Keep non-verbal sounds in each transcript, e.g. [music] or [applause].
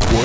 我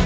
频。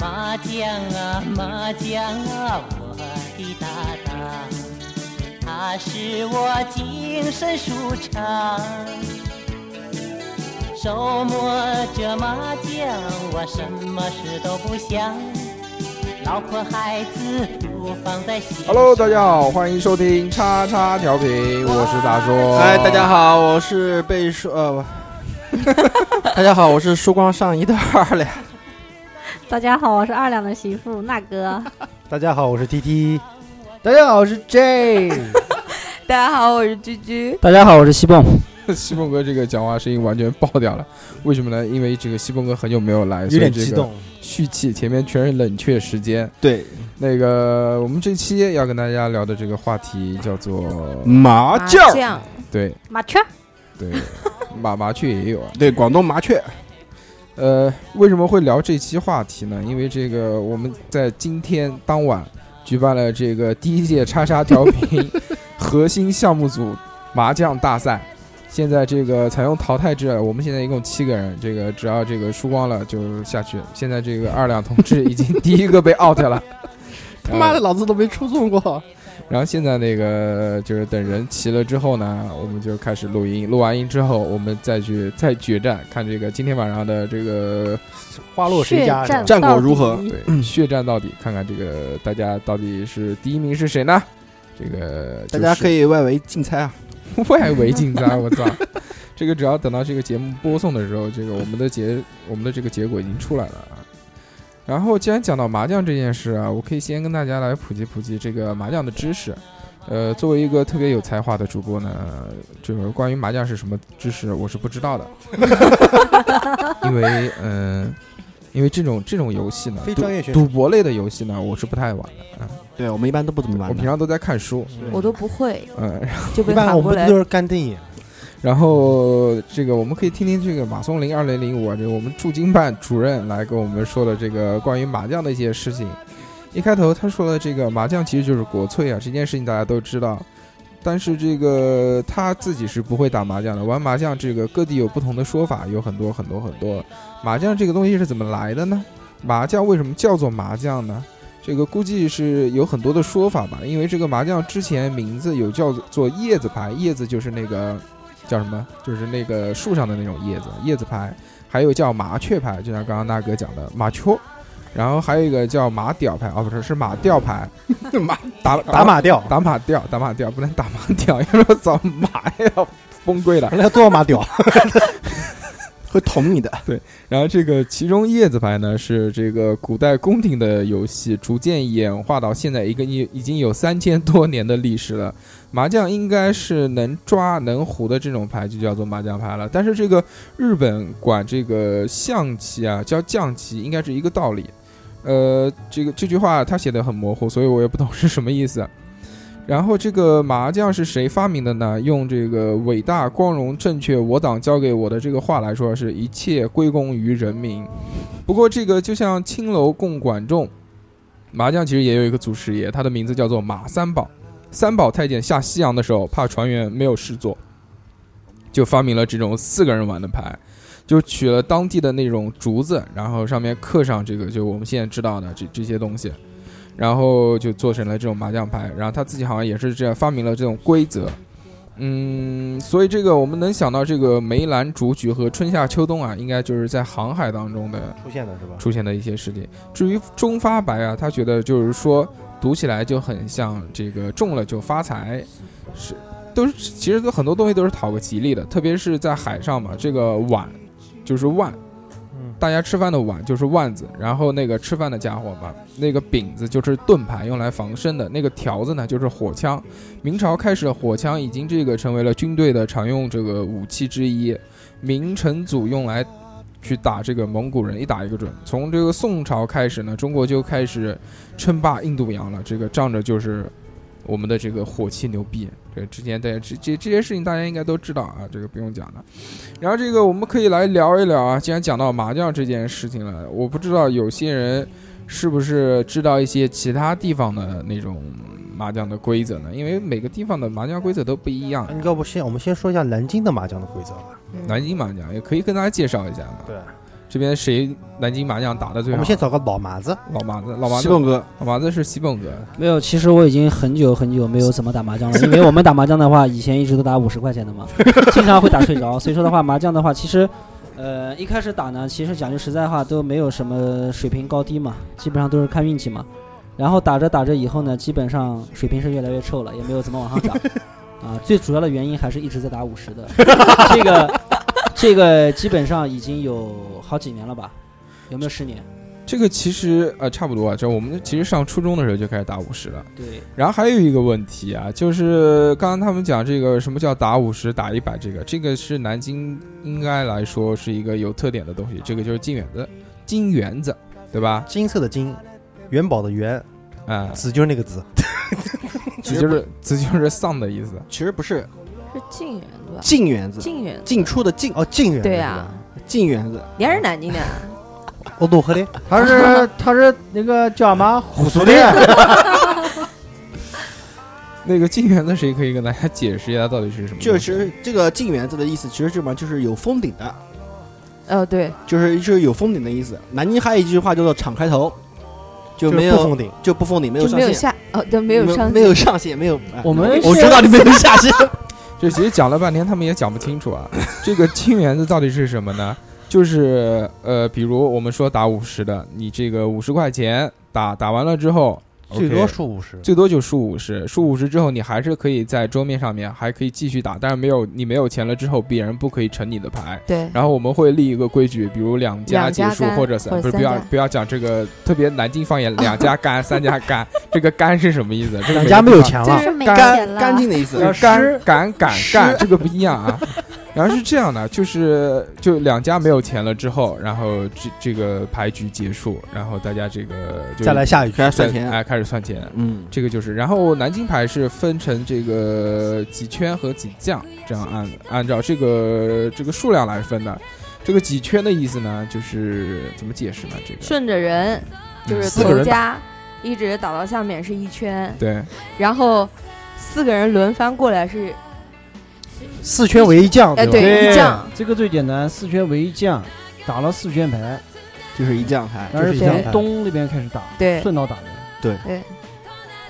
麻将啊麻将啊，我的搭档，他是我精神舒畅。手摸着麻将，我什么事都不想，老婆孩子不放在心上。 Hello，大家好，欢迎收听叉叉调频，我是大叔。嗨，大家好，我是被说呃，大家好，我是梳光上衣的二两。大家好，我是二两的媳妇那哥。大家好，我是 T T。大家好，我是 J。 [laughs] 大家好，我是居居。大家好，我是西蹦。西蹦哥这个讲话声音完全爆掉了，为什么呢？因为这个西蹦哥很久没有来，有点激动。蓄气，前面全是冷却时间。对，那个我们这期要跟大家聊的这个话题叫做嗯麻将，对，麻雀，对，麻麻雀也有啊，对，广东麻雀。呃，为什么会聊这期话题呢？因为这个我们在今天当晚举办了这个第一届叉叉调 [laughs] 频核心项目组麻将大赛。现在这个采用淘汰制，我们现在一共七个人，这个只要这个输光了就下去。现在这个二两同志已经第一个被 [laughs] out 了，呃他妈的，老子都没出送过。然后现在那个就是等人齐了之后呢，我们就开始录音。录完音之后，我们再去再决战，看这个今天晚上的这个花落谁家战果如何？对，血战到底，看看这个大家到底是第一名是谁呢？这个、大就是、家可以外围竞猜啊， [laughs] 外围竞猜，我操！这个只要等到这个节目播送的时候，这个我们的结我们的这个结果已经出来了啊。然后，既然讲到麻将这件事啊，我可以先跟大家来普及普及这个麻将的知识。呃，作为一个特别有才华的主播呢，就是关于麻将是什么知识，我是不知 [laughs] 道的。因为，嗯、呃，因为这种这种游戏呢，非专业选赌博类的游戏呢，我是不太玩的。啊、对我们一般都不怎么玩，我平常都在看书，我都不会。嗯，就被反过来都是干瞪眼。然后这个我们可以听听这个马松林二零零五啊，这个我们驻京办主任来跟我们说的这个关于麻将的一些事情。一开头他说的这个麻将其实就是国粹啊，这件事情大家都知道。但是这个他自己是不会打麻将的，玩麻将这个各地有不同的说法，有很多很多很多。麻将这个东西是怎么来的呢？麻将为什么叫做麻将呢？这个估计是有很多的说法吧，因为这个麻将之前名字有叫做叶子牌，叶子就是那个。叫什么？就是那个树上的那种叶子，叶子牌，还有叫麻雀牌，就像刚刚大哥讲的麻雀，然后还有一个叫马吊牌，哦不是，是马吊牌，马打打马吊，打马吊，打马吊，不能打马吊，要不早马要崩溃了，那多少马 [laughs] 吊？会捅你的。对，然后这个其中叶子牌呢，是这个古代宫廷的游戏，逐渐演化到现在一个已已经有三千多年的历史了。麻将应该是能抓能胡的这种牌，就叫做麻将牌了。但是这个日本管这个象棋啊叫将棋，应该是一个道理。呃，这个这句话他写的很模糊，所以我也不懂是什么意 [laughs] 思。啊然后这个麻将是谁发明的呢？用这个伟大、光荣、正确，我党交给我的这个话来说，是一切归功于人民。不过这个就像青楼供管仲，麻将其实也有一个祖师爷，他的名字叫做马三宝。三宝太监下西洋的时候，怕船员没有事做，就发明了这种四个人玩的牌，就取了当地的那种竹子，然后上面刻上这个就我们现在知道的这这些东西，然后就做成了这种麻将牌。然后他自己好像也是这样发明了这种规则，嗯，所以这个我们能想到这个梅兰竹菊和春夏秋冬啊，应该就是在航海当中的出现的是吧？出现的一些事情。至于中发白啊，他觉得就是说读起来就很像这个中了就发财，是都是其实都很多东西都是讨个吉利的，特别是在海上嘛，这个碗就是万。大家吃饭的碗就是腕子，然后那个吃饭的家伙嘛，那个饼子就是盾牌，用来防身的；那个条子呢，就是火枪。明朝开始，火枪已经这个成为了军队的常用这个武器之一。明成祖用来去打这个蒙古人，一打一个准。从这个宋朝开始呢，中国就开始称霸印度洋了。这个仗着就是我们的这个火器牛逼。这个之前大家这这这些事情大家应该都知道啊，这个不用讲了。然后这个我们可以来聊一聊啊，既然讲到麻将这件事情了，我不知道有些人是不是知道一些其他地方的那种麻将的规则呢？因为每个地方的麻将规则都不一样。你要不先我们先说一下南京的麻将的规则吧。南京麻将也可以跟大家介绍一下嘛。对，这边谁南京麻将打的最我好？们先找个老麻子，老麻子，老麻子，西贡哥，老麻子是西蹦哥。没有，其实我已经很久很久没有怎么打麻将了，因为我们打麻将的话，以前一直都打五十块钱的嘛，经常会打睡着。所以说的话，麻将的话，其实，呃，一开始打呢，其实讲句实在话，都没有什么水平高低嘛，基本上都是看运气嘛。然后打着打着以后呢，基本上水平是越来越臭了，也没有怎么往上涨。啊，最主要的原因还是一直在打五十的，这个这个基本上已经有好几年了吧？有没有十年？这个其实呃差不多啊，就我们其实上初中的时候就开始打五十了。对。然后还有一个问题啊，就是刚刚他们讲这个什么叫打五十、打一百，这个这个是南京应该来说是一个有特点的东西，这个就是金元子，金元子，对吧？金色的金，元宝的元，啊，子就是那个子，子就是子就是丧的意思。其实不是是晋元子吧？晋元子，晋元子进出的进哦，晋元对啊呀，晋元子，你还是南京的啊， [laughs] 我懂喝的，他 [laughs] 是他是那个叫什么胡说那个金元子谁可以跟大家解释一下到底是什么？就是这个晋元子的意思，其实基本上就是有封顶的，哦呃，对，就是就是有封顶的意思。南京还有一句话叫做“敞开头”，就没有就是不封顶就不封顶，没有就上没有限，下哦，对，没没有上没有上限，没有。哎我们我是知道你没有下限，就其实讲了半天，他们也讲不清 [laughs] 楚啊。这个金元子到底是什么呢？就是呃，比如我们说打五十的，你这个五十块钱打打完了之后，最多 OK，输五十，最多就输五十，输五十之后你还是可以在桌面上面还可以继续打，但是没有你没有钱了之后，别人不可以乘你的牌。对然后我们会立一个规矩，比如两家两家结束干或者或三，者不是三不要家不要讲这个特别南京方言，两家干三家干，这个干是什么意思？这两个每家个没有地方钱了，就是没钱干了，干净的意思。要干湿敢敢湿干，这个不一样啊。然后是这样的，就是就两家没有钱了之后，然后这这个牌局结束，然后大家这个就再来下一局开始算钱，哎，开始算钱。嗯，这个就是，然后南京牌是分成这个几圈和几将，这样按按照这个这个数量来分的。这个几圈的意思呢，就是怎么解释呢？这个顺着人就是嗯四个头人打家一直打到下面是一圈，对，然后四个人轮番过来是，四圈为一将，哎，吧？对，一将，这个最简单，四圈为一将，打了四圈牌，就是一将牌。然后就是一从将牌东那边开始打，对顺道打的。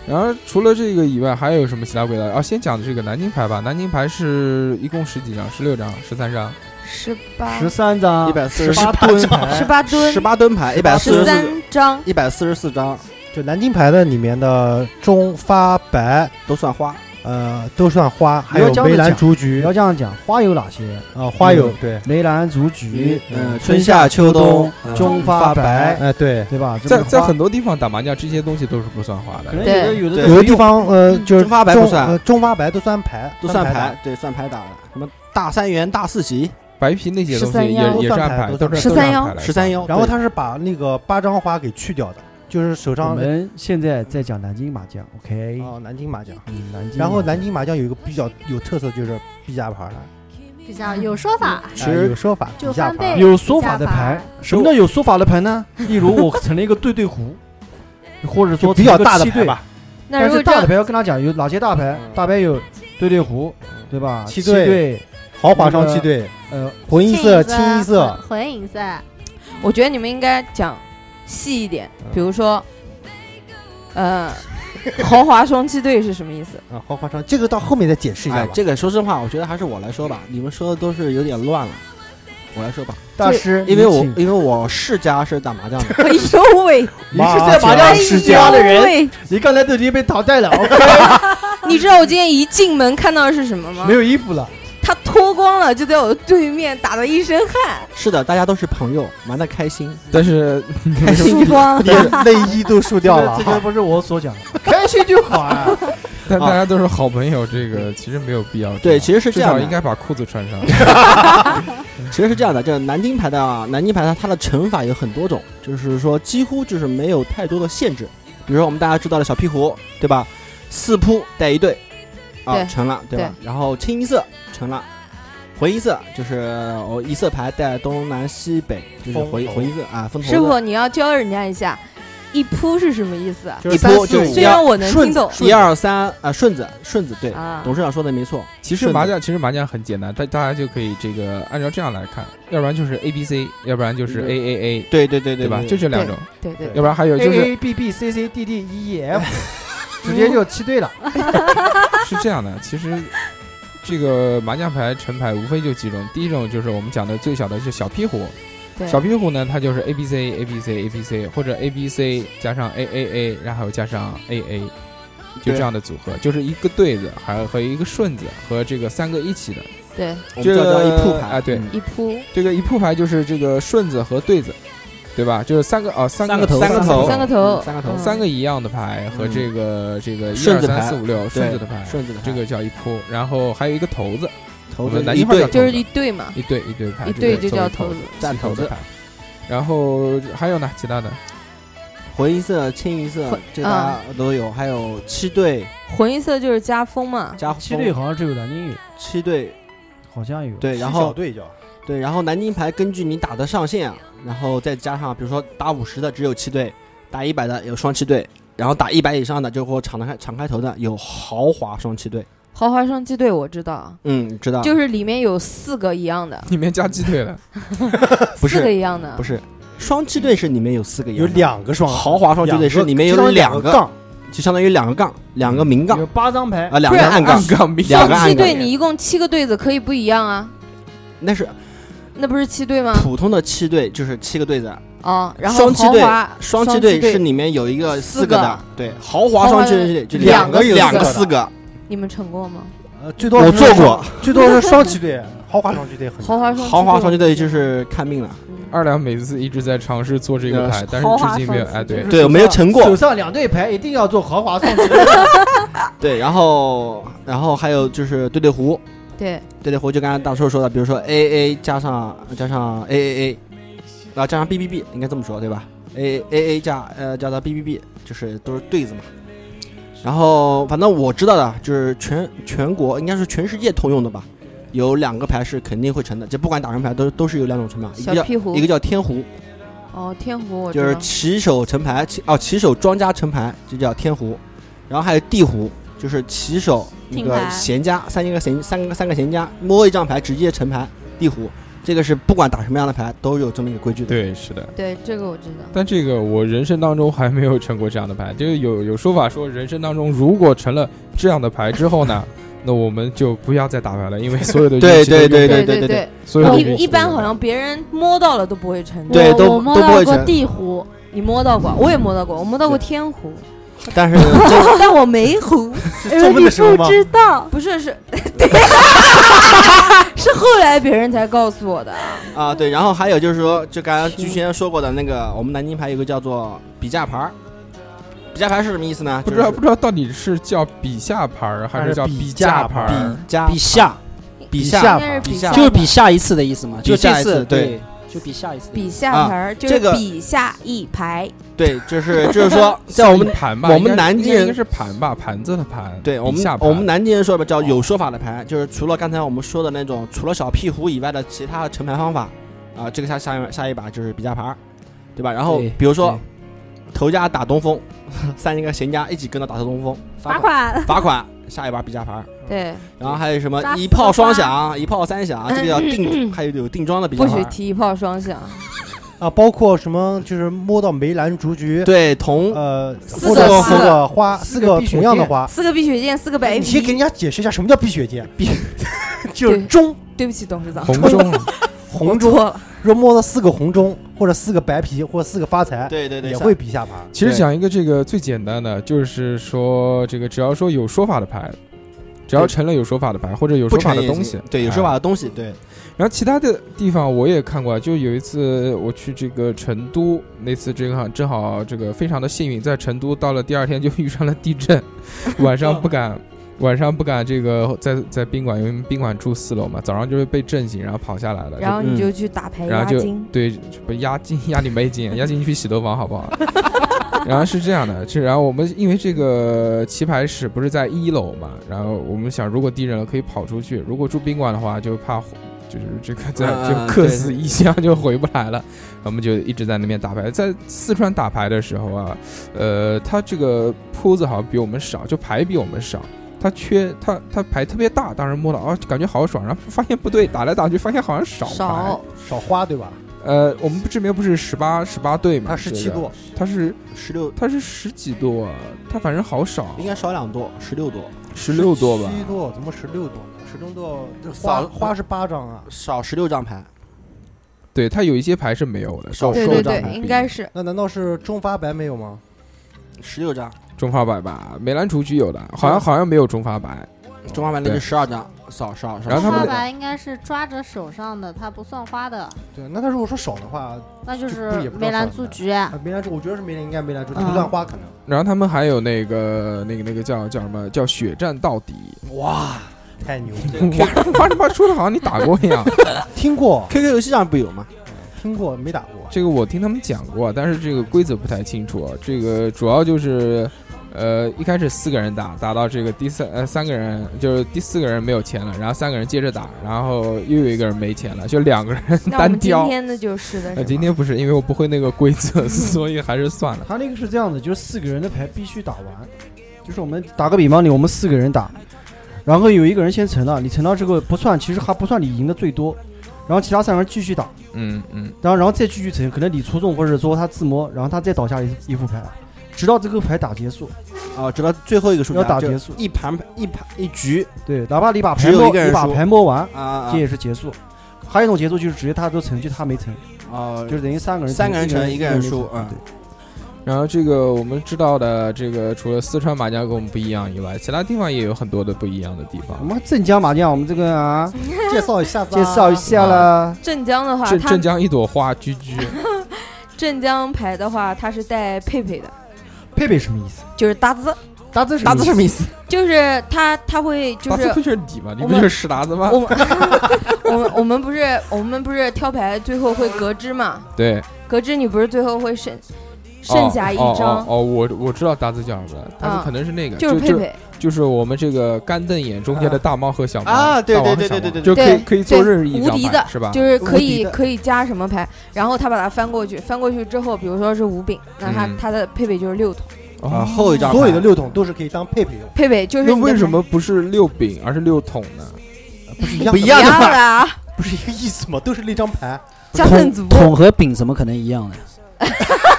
然后除了这个以外，还有什么其他规则？啊，先讲这个南京牌吧。南京牌是一共十几张？十六张？十三张？十八十三张， 148八吨 [laughs] 牌，十八吨十，八吨牌，一百四十十四，三张，一百四十四张就南京牌的里面的中发白，都算花。呃，都算花，还你有要这样子梅兰讲竹菊你要这样讲，花有哪些？嗯啊，花有对，梅兰竹菊，嗯，春春夏秋冬冬，嗯中发白，哎对，对吧？在这么在花很多地方打麻将，这些东西都是不算花可的。能有的有的对对有的地方呃就是中发白不中算呃中发白都算牌，都算牌牌，对，算牌打的。什么大三元、大四喜、白皮那些东西13也幺也是按牌，都都算是牌都是按13幺牌来十三算幺。打。然后对他是把那个八张花给去掉的，就是手我上呃们现在在讲南京麻将，OK？哦南京麻将。嗯，南京麻将。然后南京麻将有一个比较有特色，就是比价牌了，比较有说法，嗯其哎实有说法，就比价翻倍牌。有说法的牌下，什么叫有说法的牌呢？例如我成了一个对对胡，或者说比较成了一个大的七牌对，吧，那但如是果这大样的牌要跟他讲有哪些大牌，大牌有对对胡，对吧？七对对，豪华双七对，呃，红清一色、清一色，混银色，我嗯觉得你们应该讲细一点，比如说，呃，豪华双栖队是什么意 [laughs] 思？啊，花花肠这个到后面再解释一下哎，吧。这个说实话，我觉得还是我来说吧，你们说的都是有点乱了，我来说吧。大这哎师因为我您因为我世家是打麻将的，哎呦喂，你是啊在麻将世家的人你刚才都已经被淘汰了，你知道我今天一进门看到的是什么吗？没有衣服了。他脱光了，就在我对面打了一身汗。是的，大家都是朋友，玩的开心，但是开心输光连内衣都输掉了这个这个不是我所讲的。 [laughs] 开心就好啊。但大家都是好朋友，这个其实没有必要。哦对其实是这样至的少应该把裤子 [laughs] 穿上。其实是这样的，这南京牌的啊，南京牌的它的乘 [laughs] 法有很多种，就是说几乎就是没有太多的限制。比如说我们大家知道的小屁胡，对吧？四扑带一对，啊对成了，对吧？然后清一色成了，回一色就是我一色牌带东南西北，就是风回头回一色啊，分头师的傅，你要教人家一下，一扑是什么意思啊？一波就虽然我能听懂，一二三啊，顺子顺子对啊，董事长说的没错。其实顺子麻将其实麻将很简单，大大家就可以这个按照这样来看，要不然就是 A B C，要不然就是 A 嗯 A A，对对对对吧？对就这两种，对对对要不然还有就 A 是 A B B C C D D E E [laughs] F，直接就七对了。 [laughs] 是这样的，其实这个麻将牌成牌无非就几种，第一种就是我们讲的最小的是小屁胡对。小屁胡呢，它就是 A B C A B C A B C 或者 A B C 加上 A A A，然后加上 A A，就对这样的组合，就是一个对子，还和一个顺子和这个三个一起的，对，我们叫叫一铺牌嗯啊，对，一扑这个一铺牌就是这个顺子和对子，对吧？就是三个哦，三三个个头三个头，三个头嗯三个头，嗯三个一样的牌和这个这个一嗯顺二子三牌四五六顺子的牌，对顺子的牌这个叫一铺，然后还有一个头子，头我子们南一京话对叫头就是子一对嘛。一对一对牌，一对这个就作叫为头头子占占头头子的牌。然后还有呢，其他的回一色、清一色回，这大啊家都有，还有七对混一色就是加风嘛，加七队好像只有南京有，七对，好像有。对，然后对叫对，然后南京牌根据你打的上限，啊然后再加上比如说打五十的只有七对，打一百的有双七对，然后打一百以上的就或敞开敞开头的有豪华双七对，豪华双鸡队我知啊道，嗯，知道就是里面有四个一样的，里面加鸡腿了，不四个是一样的不，是双七对是里面有四个一样有的，两个双豪华双七对是里面有两个杠，就相当于两个杠，两个明杠有八张牌啊，两个不是暗杠暗，杠明两双个七暗队杠，你一共七个队子可以不一样啊，那是那不是七队吗？普通的七对，就是七个对子。哦，然后双七豪队华，双七七队是里面有一个四四个个的，对，豪华双七队就两个个有两四个四个，你们成过吗？呃，最多我是做过 [laughs] 最多是双旗队，豪华双旗队很豪华双豪华双七七队就是看病了，二两每次一直在尝试做这个牌，但是豪华至今没有双哎对对，没有成过手，上两对牌一定要做豪华双旗队，对，然后然后还有就是对对胡，对对对胡就刚才大叔说的，比如说 A A 加上加上 A A A，然后加上 B B B，应该这么说对吧？A A A 加呃加到 B B B，就是都是对子嘛。然后反正我知道的就是全全国应该是全世界通用的吧，有两个牌是肯定会成的，就不管打什么牌都都是有两种成法，一个小叫屁胡一个叫天胡，哦，天胡我知就道是骑手成牌，骑哦骑手庄家成牌，就叫天胡。然后还有地胡，就是骑手一听个牌闲家，三个闲三个三个闲家摸一张牌直接成牌地胡，这个是不管打什么样的牌都有这么一个规矩的。对是的。对这个我知道，但这个我人生当中还没有成过这样的牌，就是有有说法说，人生当中如果成了这样的牌之后 [laughs] 呢，那我们就不要再打牌了，因为所有的对运气都对对用掉对了对对对所有的运气都用一一般掉了好像别人摸到了都不会成，对我都我摸都不到会过成地胡，你摸到过，我也摸到过，我摸到过 [laughs] 天胡，但是这但我没胡，是因为中你文的时候不吗？知道，不是 [laughs] 是，对，是后来别人才告诉我的，啊对，然后还有就是说，就刚刚之前说过的那个，我们南京牌有个叫做比价牌儿，比价牌是什么意思呢？不知道就不是知道到底是叫比下牌儿还是叫比价牌儿？比价比下比下下应该是比比下下就是比下一次的意思嘛，就比下这一次次对，就比下一次的意比思。下牌儿，就这个是比下一排，对，就是就是说，在我们盘吧，我们应该是南京应该人应该是盘吧，盘子的盘。对我比们下盘我们南京人说吧，叫有说法的牌，就是除了刚才我们说的那种，除了小屁胡以外的其他成牌方法，啊、这个下下一下一把就是比价牌儿，对吧？然后对比如说对头家打东风， [laughs] 三个闲家一起跟着打头东风，罚款，罚款，下一把比价牌儿。对，然后还有什么杀一四炮个双八 [clears throat] 响、一炮三响，这个叫定，还有有定装的比价不牌许儿 [laughs] 提一炮双响，啊，包括什么就是摸到梅兰竹菊，对铜呃四或个者四四个个花，四个同样的花，四个碧血剑，四哎个哎白你先给皮。人家解释一下什么叫碧血剑， [laughs] 碧就是钟，对不起，董事长。啊红我错钟了，若摸到四个红钟或者四个白皮或者四个发财，对对对也下会比下盘。其实讲一个这个最简单的，就是说这个只要说有说法的牌，只要成了有说法的牌或者有不说法成的也东行西，对，有说哎法的东西，对，然后其他的地方我也看过，就有一次我去这个成都，那次正好正好这个非常的幸运，在成都到了第二天就 [laughs] 遇上了地震， [laughs] 晚上不敢。晚上不敢这个在在宾馆，因为宾馆住四楼嘛，早上就是被震醒，然后跑下来了。嗯然后你就去打牌然押后就金，对，不押金 [laughs] 押你没金，押金你去洗头房好不 [laughs] 好？然后是这样的，是然后我们因为这个棋牌室不是在一楼嘛，然后我们想如果地震了可以跑出去，如果住宾馆的话就怕就是这个在啊就客死异乡就回不来了，我们就一直在那边打牌。在四川打牌的时候啊，呃，他这个铺子好像比我们少，就牌比我们少。他缺他他牌特别大，当时摸了啊，感觉好爽，然后发现不对，打来打去发现好像少牌少花对吧？呃，我们不知名不是十八十八队嘛？它17这个垛，它是十六，它是十几垛啊，它反正好少，应该少两多，十六多，十六垛吧十？一垛怎么十六垛呢？十六垛这少花花是八张啊，少十六张牌，对，它有一些牌是没有的，少对少对一张对，牌应该是那难道是中发白没有吗？十六张，中发白吧？梅兰竹菊有的，好像好像没有中发白，中华白那对就十二张，少少少。然后他花们白应该是抓着手上的，它不算花的，对，那他如果说少的话，那就就是不也不知道梅兰少竹不少菊啊。啊梅兰竹，我觉得是梅兰，应该梅兰竹，啊嗯不算花可能。然后他们还有那个那个那个叫叫什么叫血战到底，哇，太牛逼了！哇，他妈说的好像你打过一样。听过嗯 QQ 游戏上不有吗？听过没打过？这个我听他们讲过，但是这个规则不太清楚。啊这个主要就是，呃，一开始四个人打，打到这个第三呃三个人就是第四个人没有钱了，然后三个人接着打，然后又有一个人没钱了，就两个人那我单们今挑。天的就是的呃，是今吗？天不是，因为我不会那个规则，所以还是算了。他那个是这样的，就是四个人的牌必须打完，就是我们打个比方，你我们四个人打，然后有一个人先沉了，你沉到这个不算，其实还不算你赢的最多，然后其他三个人继续打，嗯嗯，然后然后再继续沉，可能你出中或者说他自摸，然后他再倒下一一副牌，直到这个牌打结束，啊，直到最后一个数要量打就结束，一盘一盘一局，对，哪怕你把牌只有摸一个人你把输牌摸完啊啊啊这也是结束。还有一种结束就是直接他都沉，就他没沉，啊，就是等于三个人三个人沉成一个人没输沉啊。对然后这个我们知道的，这个除了四川麻将跟我们不一样以外，其他地方也有很多的不一样的地我方。们镇江麻将，我们这个啊，介绍一下吧， [laughs] 介绍一下啦。镇江的话，镇它镇江一朵花，居居。镇江牌的话，它是带佩佩的，佩佩什么意思？就是搭子，搭子什么意思搭子什么意思？就是它它会 [laughs] 就达是斯不就是你吗？你不我们就是石达子吗？我们我们我们不是 [laughs] 我们不是挑牌最后会格支嘛？对，格支你不是最后会剩剩下一哦张？哦哦哦，我我知道达子叫什么了，达啊子可能是那个，就是佩佩就，就是我们这个干瞪眼中间的大猫和小猫啊对大王和对对小对猫对对就可对以，可以做对任意一无张敌牌的，是吧？就是可以无敌的可以加什么牌，然后他把它翻过去，翻过去之后，比如说是五饼，那他嗯他的佩佩就是 [laughs] 六筒，啊后一张牌所有的六筒都是可以当配备用，佩佩就是那你的为什牌么不是六饼，而是六桶呢？不是一不样一样的吗了啊？不是一个意思吗？都是那张牌，加分组桶和饼怎么可能一 [laughs] 样呢？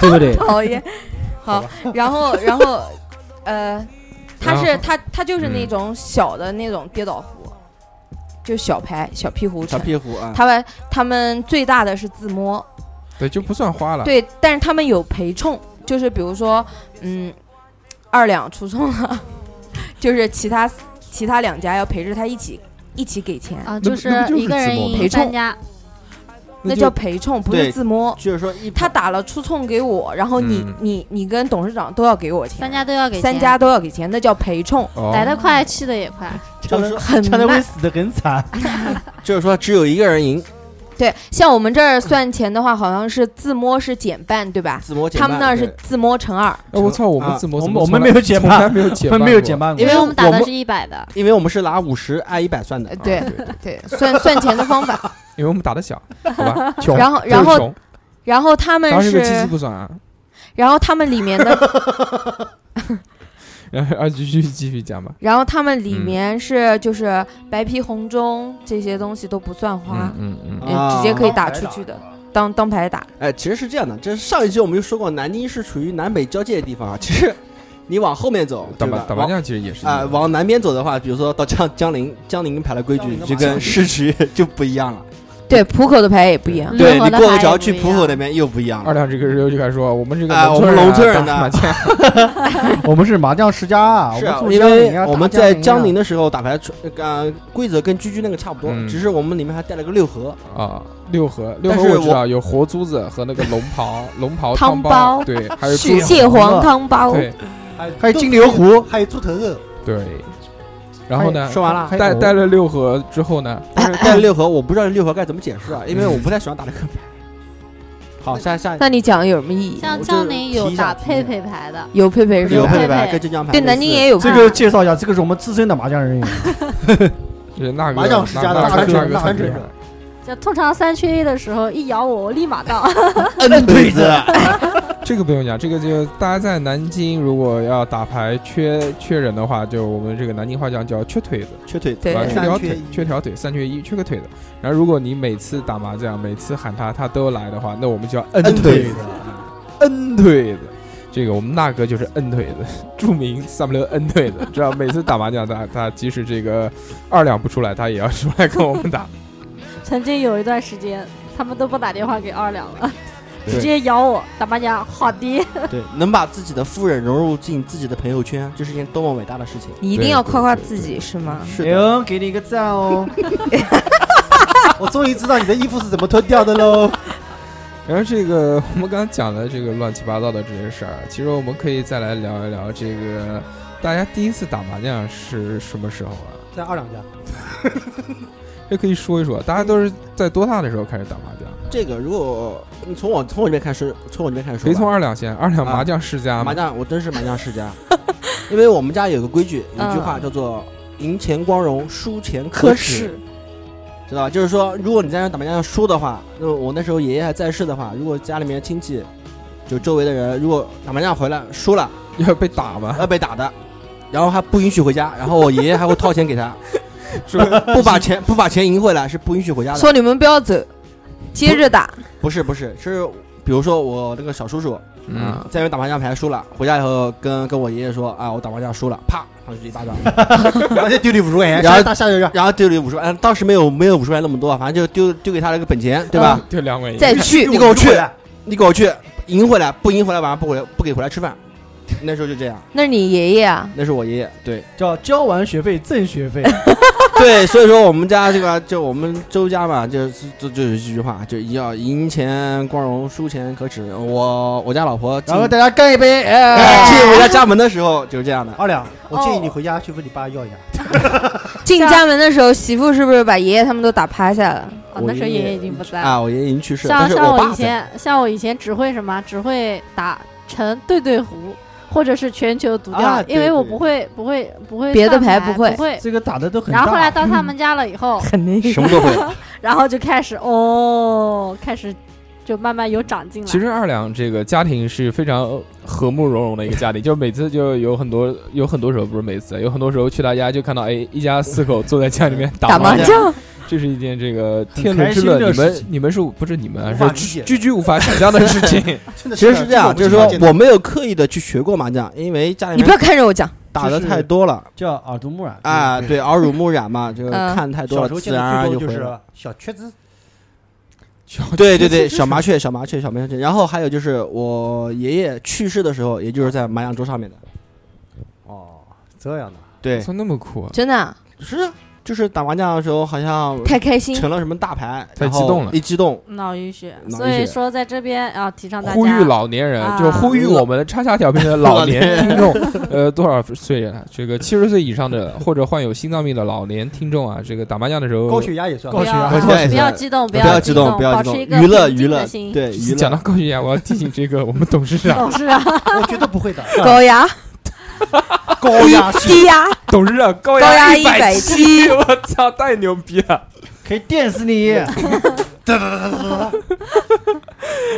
对不对？讨厌。好，然后然后呃，它是它它就是嗯那种小的那种跌倒壶，就小牌小壁壶小沉，壁壶啊，他们他们最大的是自摸，对，就不算花了。，对，但是他们有陪冲，就是比如说，嗯，二两出冲了， [laughs] 就是其他其他两家要陪着他一起一起给钱啊，就是一个人陪赢冲三，家，那叫陪冲，不是对自摸。就是说一他打了出冲给我，然后你、嗯你你跟董事长都要给我钱，三家都要给三钱家都要给钱，那叫陪冲，哦来得快，去的也快。就是很差点慢。死的很惨，就是说只有一个人赢，对，像我们这儿算钱的话，好像是自摸是减半，对吧？自摸减他们那儿半是对自摸乘二。哎，我操，我啊们怎么我怎们么我从们没来有减从来半没有过减我们半， [laughs] 没有减半过因因为为因为我们打我的们是一百的，因为我们是拿五十按一百算的啊，呃对对，算算 [laughs] 钱的方法。？因为我们打的小，好吧 [laughs] 穷然后然后就是穷然后他们当时这个鸡鸡是，不算啊。 [laughs] 然后他们里面的，然后啊，继续继续讲吧。然后他们里嗯面是就是白皮红中这些东西都不算花，嗯嗯嗯啊直接可以打出去的。当当牌打。哎，其实是这样的，这上一期我们就说过，南京是处于南北交界的地方 [laughs] 啊。其实你往后面走，打对麻吧打麻将其实也是一啊、样往南边走的话，比如说到江江陵， [laughs] 江陵牌的规矩就跟市区就不一样 [laughs] 了。对，浦口的牌也不一样。对你过个桥去浦口那边又不一样了。二两这个时候就开始说，我们这个啊，我们农农村村人人啊打的麻将，我们是麻将世家啊，是我们啊，住因江为宁啊我们大在啊江宁的时候打牌，呃，规则跟居居那个差不多，嗯只是我们里面还带了个六合。啊，六合，六合但是我知道我有活珠子和那个龙袍，龙袍汤包，包对，还有蟹猪蟹黄汤包对啊还有金牛湖，还有猪头肉。对。然后呢？说完了带带了六合之后呢？但 [laughs] 是带了六合，我不知道六合该怎么解释啊，因为我不太喜欢打这个牌。 [laughs] 好，下下那你讲有什么意义？像江宁有打佩佩牌的，有佩佩是吧？有佩佩牌跟浙江牌对类南似京也有这个介绍一下，这个是我们资深的麻将人员，是那个麻将世家的那那传承那传承人。就通常三缺一的时候，一咬我，我立马到。摁对子。这个不用讲，这个就大家在南京如果要打牌缺缺人的话，就我们这个南京话讲叫缺腿子，缺腿子对吧？对缺条三缺腿，缺条腿，三缺一，缺个腿子。然后如果你每次打麻将，每次喊他他都来的话，那我们叫摁摁腿腿子，嗯摁腿子。这个我们那哥就是摁腿子， [laughs] 著名三不六摁腿子，知道每次打麻将他他即使这个二两不出来，他也要出来跟我们打。曾经有一段时间，他们都不打电话给二两了，对直接咬我打麻将。好的，对，能把自己的夫人融入进自己的朋友圈，这是一件多么伟大的事情！ [laughs] 你一定要夸夸自己是吗？是哎呦，给你一个赞哦！ [laughs] 我终于知道你的衣服是怎么脱掉的 [laughs] 喽。然后这个我们刚刚讲的这个乱七八糟的这些事儿，啊其实我们可以再来聊一聊这个大家第一次打麻将是什么时候啊？在二两家，这可以说一说，大家都是在多大的时候开始打麻将？这个，如果你从我从我这边开始，从我这边开始说吧，谁从二两先？二两啊麻将世家嘛，麻将，我真是麻将世 [laughs] 家，因为我们家有个规矩，嗯有一句话叫做“赢钱光荣，输钱可耻”，知道吧？就是说，如果你在那打麻将输的话，那么我那时候爷爷还在世的话，如果家里面亲戚就周围的人，如果打麻将回来输了，要被打吗？呃要被打的，然后还不允许回家，然后我爷爷还会掏钱给他，是不是？不把钱不把钱赢回来是不允许回家的。说你们不要走，接着打。不是不是，是比如说我那个小叔叔，嗯啊，在那边打麻将牌输了，回家以后跟跟我爷爷说啊，我打麻将输了，啪上去一巴掌，然后就丢你五十块钱然后下下然后丢你五十块，哎当时没有没有五十块钱那么多，啊反正就丢丢给他了个本钱， [laughs] 对吧？就两位，再去，你给我去，你给我去，赢回来不赢回来晚上不回不给回来吃饭，那时候就这样，那是你爷爷啊，那是我爷爷，对叫交完学费赠学 [laughs] 费，对，所以说我们家这个就我们周家嘛，就是就就是这句话，就要赢钱光荣，输钱可耻。我我家老婆进，然后大家干一杯！哎，进我家家门的时候就是这样的。二两，我建议哦你回家去问你爸要一下。 [laughs] 进家门的时候，媳妇是不是把爷爷他们都打趴下了？啊那时候爷爷已经不在了啊，我爷爷已经去世了，像但是像爸以在。前，像我以前只会什么，只会打成对对胡，或者是全球独啊钓，对因为我对不会不会不会别的算牌牌不不会这个打的都很然大。后后来到他们家了以后，肯定什么都会。然后就开始哦，开始就慢慢有长进了。其实二两这个家庭是非常和睦融融的一个家 [laughs] 庭，就每次就有很多有很多时候不是每次，有很多时候去他家就看到哎一家四口坐在家里面打打麻将，这是一件这个很天伦之开心乐。的你们事情你们是不是你们啊无法理是解。居居无法想象的事情 [laughs] [laughs] 其实是这样，就是说我没有刻意的去学过麻将，因为家里面你不要看着我讲，嗯打的太多了叫耳濡目染啊，对，耳濡目染嘛，就是嗯看太多小了时，候自见的然而然最多回来就是了。小瘸子，对对对，小麻雀，小麻雀，小麻雀。然后还有就是我爷爷去世的时候，也就是在麻将桌上面的，哦这样的。对，说那么酷啊真的啊是啊就是打麻将的时候好像太开心成了什么大牌，太然后激动了一激动脑淤血，脑所淤血以说在这边啊，提倡大家呼吁老年人，啊就呼吁我们叉叉调频的老年听众，呃，多少岁人啊？这个七十岁以上的或者患有心脏病的老年听众啊，这个打麻将的时候，高血压也算哎高血压不要啊高血不要激动不不要激要啊激动，动不要激保持一动，个娱乐平娱静的乐心，对娱乐讲到高血压，我要提醒这个我们董事长 [laughs] 董，事啊长，我绝对不会的。高压，高压低低压，董事长高高压一百170我操，太牛逼了！可以电死你！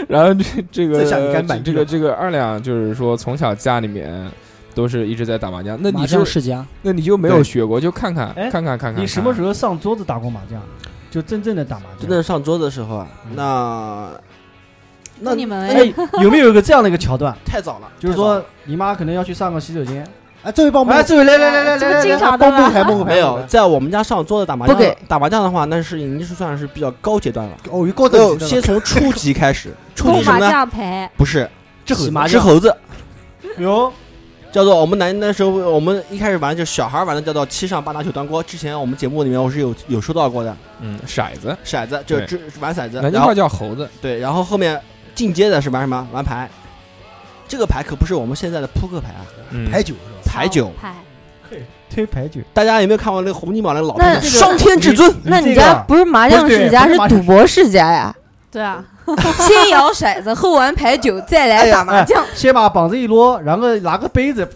然后这这个再想干板这个这个二两就是说从小家里面都是一直在打麻将，那你麻就将世家那你就没有对学过，就看看哎看看看看，你什么时候上桌子打过麻将？就真正的打麻真正上桌的时候啊，那那你们将。哎，有没有一个这样的一个桥段？太早了，就是说你妈可能要去上个洗手间，哎，这位帮哎，这位来来来来来来，帮帮牌帮没有，在我们家上桌子打麻将不给，打麻将的话，那是已经是算是比较高阶段了。哦，高等级的了哎先从初级开 [laughs] 始，初级碰是什麻么呢？将牌，不是，吃猴子麻吃将猴子，有。叫做我们南那时候，我们一开始玩就小孩玩的叫做七上八拿九当锅。之前我们节目里面我是有有说到过的，嗯，骰子，骰子就是掷玩骰子，南京嗯然后话叫猴子。对，然后后面进阶的是玩什么？玩牌。这个牌可不是我们现在的扑克牌啊，嗯牌九牌九。哦牌推牌九，大家有没有看过那个洪金宝那个老片啊那子《伤天至尊》？那你家不是麻将世家，是赌博世家呀？ [laughs] 对啊，先摇骰子，后玩牌九，再哎来打麻将。先把膀子一摞，然后拿个杯子，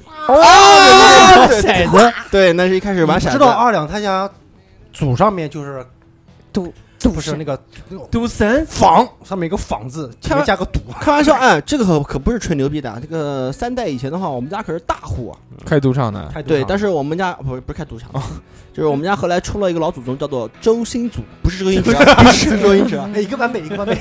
哦，骰子，啊对，那是一开始玩哎你骰知道子。二两他家祖上面就是赌赌不是神那个赌神坊上面一个坊字，前面加个赌，开玩笑，哎，这个可可不是吹牛逼的啊。这个三代以前的话，我们家可是大户啊。开赌场的，对，啊哦但是我们家不是不是开赌场，就是我们家后来出了一个老祖宗，叫做周星祖，不是周星驰啊， [laughs] 不是周星驰啊，哎，一个版本一个版本。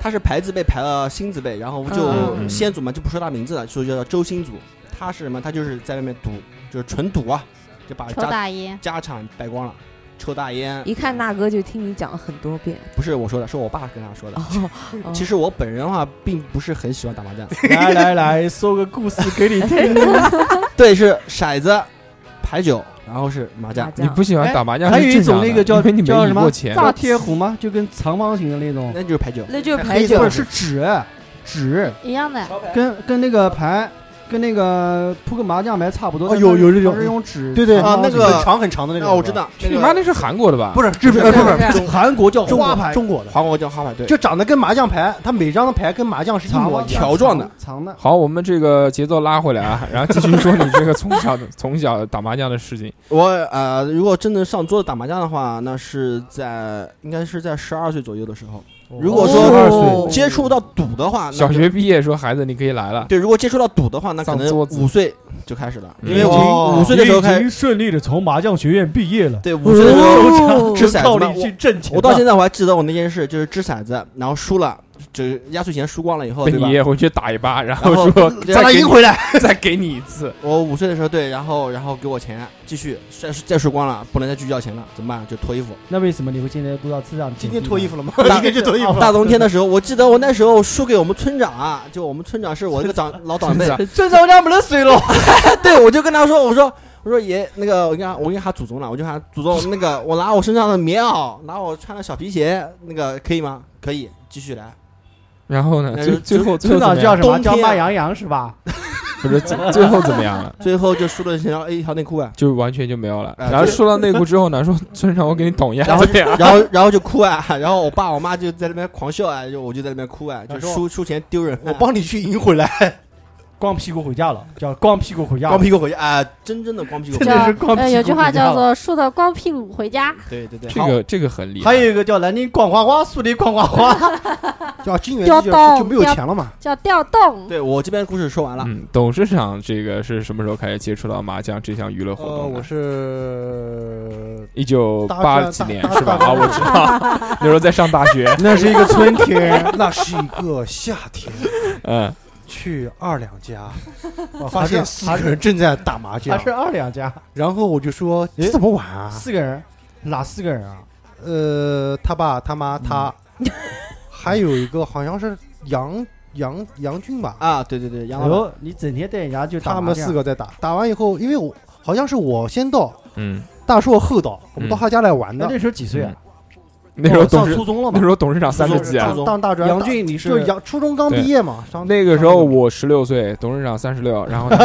他是牌字辈排了星字辈，然后我们嗯就先祖嘛就不说他名字了，就叫周星祖。他是什么？他就是在外面赌，就是纯赌啊，就把抽家大烟，家产败光了，抽大烟。一看大哥就听你讲了很多遍。不是我说的，是我爸跟他说的。哦其实我本人的话，并不是很喜欢打麻将。来来来，说个故事给你听。对，是骰子、牌九，然后是麻 [laughs] 将。你不喜哎欢打麻将还是有一正常种的那个叫因为你没叫赢什过么钱大贴虎吗？就跟长方形的那种，那就是牌九，那就是 [laughs] 牌九不是是纸纸，一 [laughs] 样的，跟跟那个牌。跟那个扑克麻将牌差不多，哦有有这这种是用纸对对长啊方那形个的很长很长的那种哦，我知道，去那你个妈那是韩国的吧？不是日本，呃不是不是韩国叫中花国牌，中国的，韩国叫花牌，对，就长得跟麻将牌，它每张的牌跟麻将是一长模方一样。条状的长的。好，我们这个节奏拉回来啊，然后继续说你这个从小从小打麻将的事情。我呃，如果真的上桌子打麻将的话，那是在应该是在十二岁左右的时候。如果12说岁接触到赌的啊话，那小就学毕业说孩子你可以来了，对，如果接触到赌的话，那可能上桌子五岁就开始了，因为已经哦我五岁的时候你已开经顺利的从麻将学院毕业了。对五岁的时候哦掷 [laughs] 骰靠子嘛，你去挣钱吧我。我到现在我还记得我那件事，就是掷骰子，然后输了，就是压岁钱输光了以后，被对吧你？爷回去打一巴，然然后后说再来给赢你回来，再给你一 [laughs] 次。我五岁的时候，对，然后然后给我钱，继续再再输光了，不能再去要钱了，怎么办？就脱衣服。那为什么你会现在不知道这样？今天脱衣服了吗 [laughs] 嗯大应该就脱衣服了大冬天的时候，我记得我那时候输给我们村长啊，就我们村长是我一个 [laughs] 长老长辈， [laughs] 村长家没得水了。对，我就跟他说，我说我说爷，那个我跟他我跟他祖宗了，我就喊祖宗，那个我拿我身上的棉袄，拿我穿的小皮鞋，那个可以吗？可以，继续来。然后呢，那最就最后最村后长怎么样叫什么？冬天叫慢羊羊是吧？不是最最后怎么样了？ [laughs] 最后就输了一条一条内裤啊，就完全就没有了。啊然后就说到内裤之后呢，说村长我给你捅一下然后怎么样？然后然后就哭啊，然后我爸我妈就在那边狂笑啊，就我就在那边哭啊，就输输钱丢人啊、我帮你去赢回来，光屁股回家了，叫光屁股回家了。光屁股回家啊，真正的光屁股回叫家，呃有句话叫做“竖的光屁股回家对对对，这个这个很厉害还。有一个叫南京逛花花，苏里逛花花， [laughs] 叫金元掉就到就没有掉钱了嘛”，。叫调动。对我这边故事说完了，嗯，董事长这个是什么时候开始接触到麻将这项娱乐活呃，动我的？是一九八几年大大是吧？大啊，我知道，那时候在上大学。那是一个春天。 [laughs] 那是一个夏天，嗯，去二两 [laughs] 家，我还发是现四个人正在打麻还将，是二两家，然后我就说你怎么玩啊？四个人，哪四个人啊？嗯呃，他爸、他妈、他， [laughs] 还有一个好像是杨杨杨俊吧，啊，对对对，杨哎老板，呦，你整天带人家就打他麻们将四个在打，打完以后，因为我好像是我先到，嗯，大硕后到，我嗯们到他家来玩那的。那时候几岁啊？那时候董上哦事初中了那嘛时？候董事长三十几啊初。中当大专，杨俊 [laughs] 你是就是杨初中刚毕业嘛？上那个时候我十六岁，董事长三十六，然后呢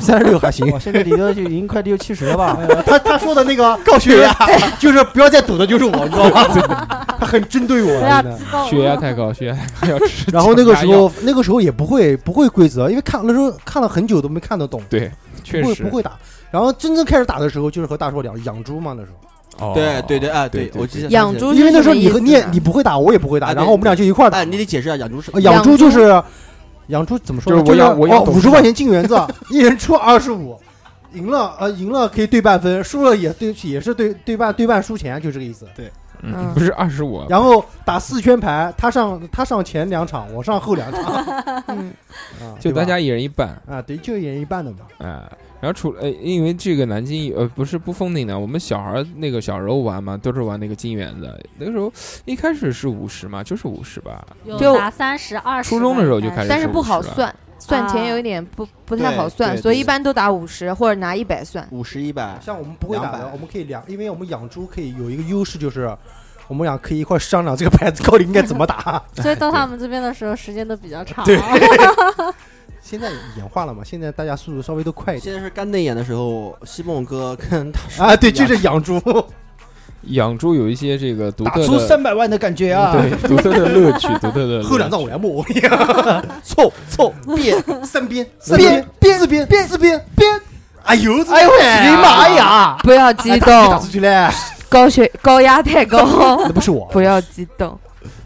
三十六还行。哇，现在你都已经快六七十了吧？哎他他说的那个告血压，就是不要再赌的，就是我，你知道吧？他很针对我不要现在激。动。血压啊太高，血压太高要吃然后那个时降压药候，那个时候也不会不会规则，因为看那时候看了很久都没看得懂，对，确不会实不会打。然后真正开始打的时候，就是和大硕聊养猪嘛，那时候，哦对对对啊，对对，我记得养猪因为那时候是你什么和意思你也你不会打，我也不会啊打，对然后我们俩就一块儿打哎，。你得解释一下养猪是呃养猪就是养猪怎么说呢？哦就是我养我养董五事十长块钱进园子， [laughs] 一人出二十五，赢了呃赢了可以对半分，输了也对也是对对半对半输钱，就这个意思。对，嗯不是25然后打四圈牌，他上他上前两场，我上后两场，嗯， [laughs] 啊就对吧大家一人一半啊，对，就一人一半的嘛。啊。然后除了、呃因为这个南京呃不是不封顶的，我们小孩儿那个小时候玩嘛，都是玩那个金元的。那个时候一开始是五十嘛，就是五十吧。有打三十、二十。。初中的时候就开始但是是不好50了算，算钱有一点不不太对好算，对所以对一般都打五十或者拿一百算。五十一百， [laughs] 像我们不会打的，我们可以两，因为我们养猪可以有一个优势就是，我们俩可以一块儿商量这个牌子到底应该怎么 [laughs] 打所以到他们这边的时候，时间都比较长。 [laughs] 对现在演化了嘛，现在大家速度稍微都快一点。现在是干瞪眼的时候，西蒙哥跟大叔 [laughs] 啊，对，就是养猪， [laughs] 养猪有一些这个独打特出的三百万的感觉啊！对独特的乐趣，独特 [laughs] 的乐后两趣张我来摸， [laughs] 凑凑变三边三边边四边边四边边，哎呦哎呦我的妈呀！不要 [laughs] 激哎打出去打动出，去嘞！高血高压太高。 [laughs] 那不是我，不要激动。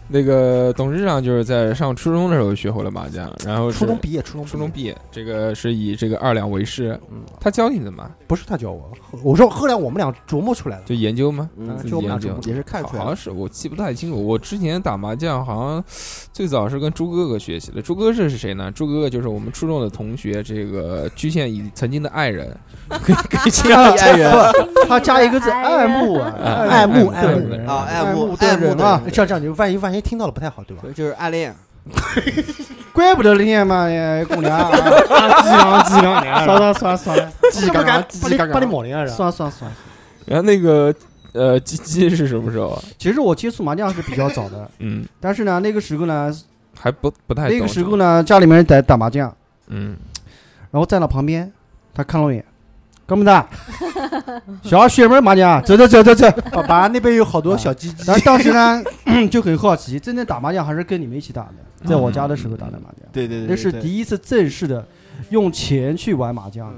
那个董事长就是在上初中的时候学会了麻将，然后初中毕业，嗯初中初中毕业，这个是以这个二两为师。他教你的嘛？不是他教我，我说后来我们俩琢磨出来的，就研究吗？嗯自己就我们俩研究琢磨也是看出来的好像是我记不太清楚。我之前打麻将好像最早是跟朱哥哥学习的。朱哥这是谁呢？朱哥哥就是我们初中的同学，这个局限以曾经的爱人，可以这样爱人讲他加一个字爱慕啊，啊爱慕爱慕爱爱慕的人慕啊爱爱慕的爱慕人的啊人，这样这样，你万一万一听到了不太好，对吧？就是暗恋，怪不得你也嘛呀，姑娘啊，激昂激昂的，算了算了算了，叽嘎嘎叽嘎嘎算啊算算。然后那个呃，鸡鸡是什么时候啊？其实我接触麻将是比较早 [laughs] 的，嗯，但是呢，那个时候呢，还不不太那个懂时候呢，家里面在打麻将，嗯，然后站到旁边，他看了我一眼，哎哥们的，小雪妹麻将，啊走走走走走，爸爸那边有好多小鸡鸡。然后当时呢 [clears throat] 就很好奇，真正打麻将还是跟你们一起打嗯的，在我家的时候打的麻将，对对对对那是对第一次正式的用钱去玩麻将的，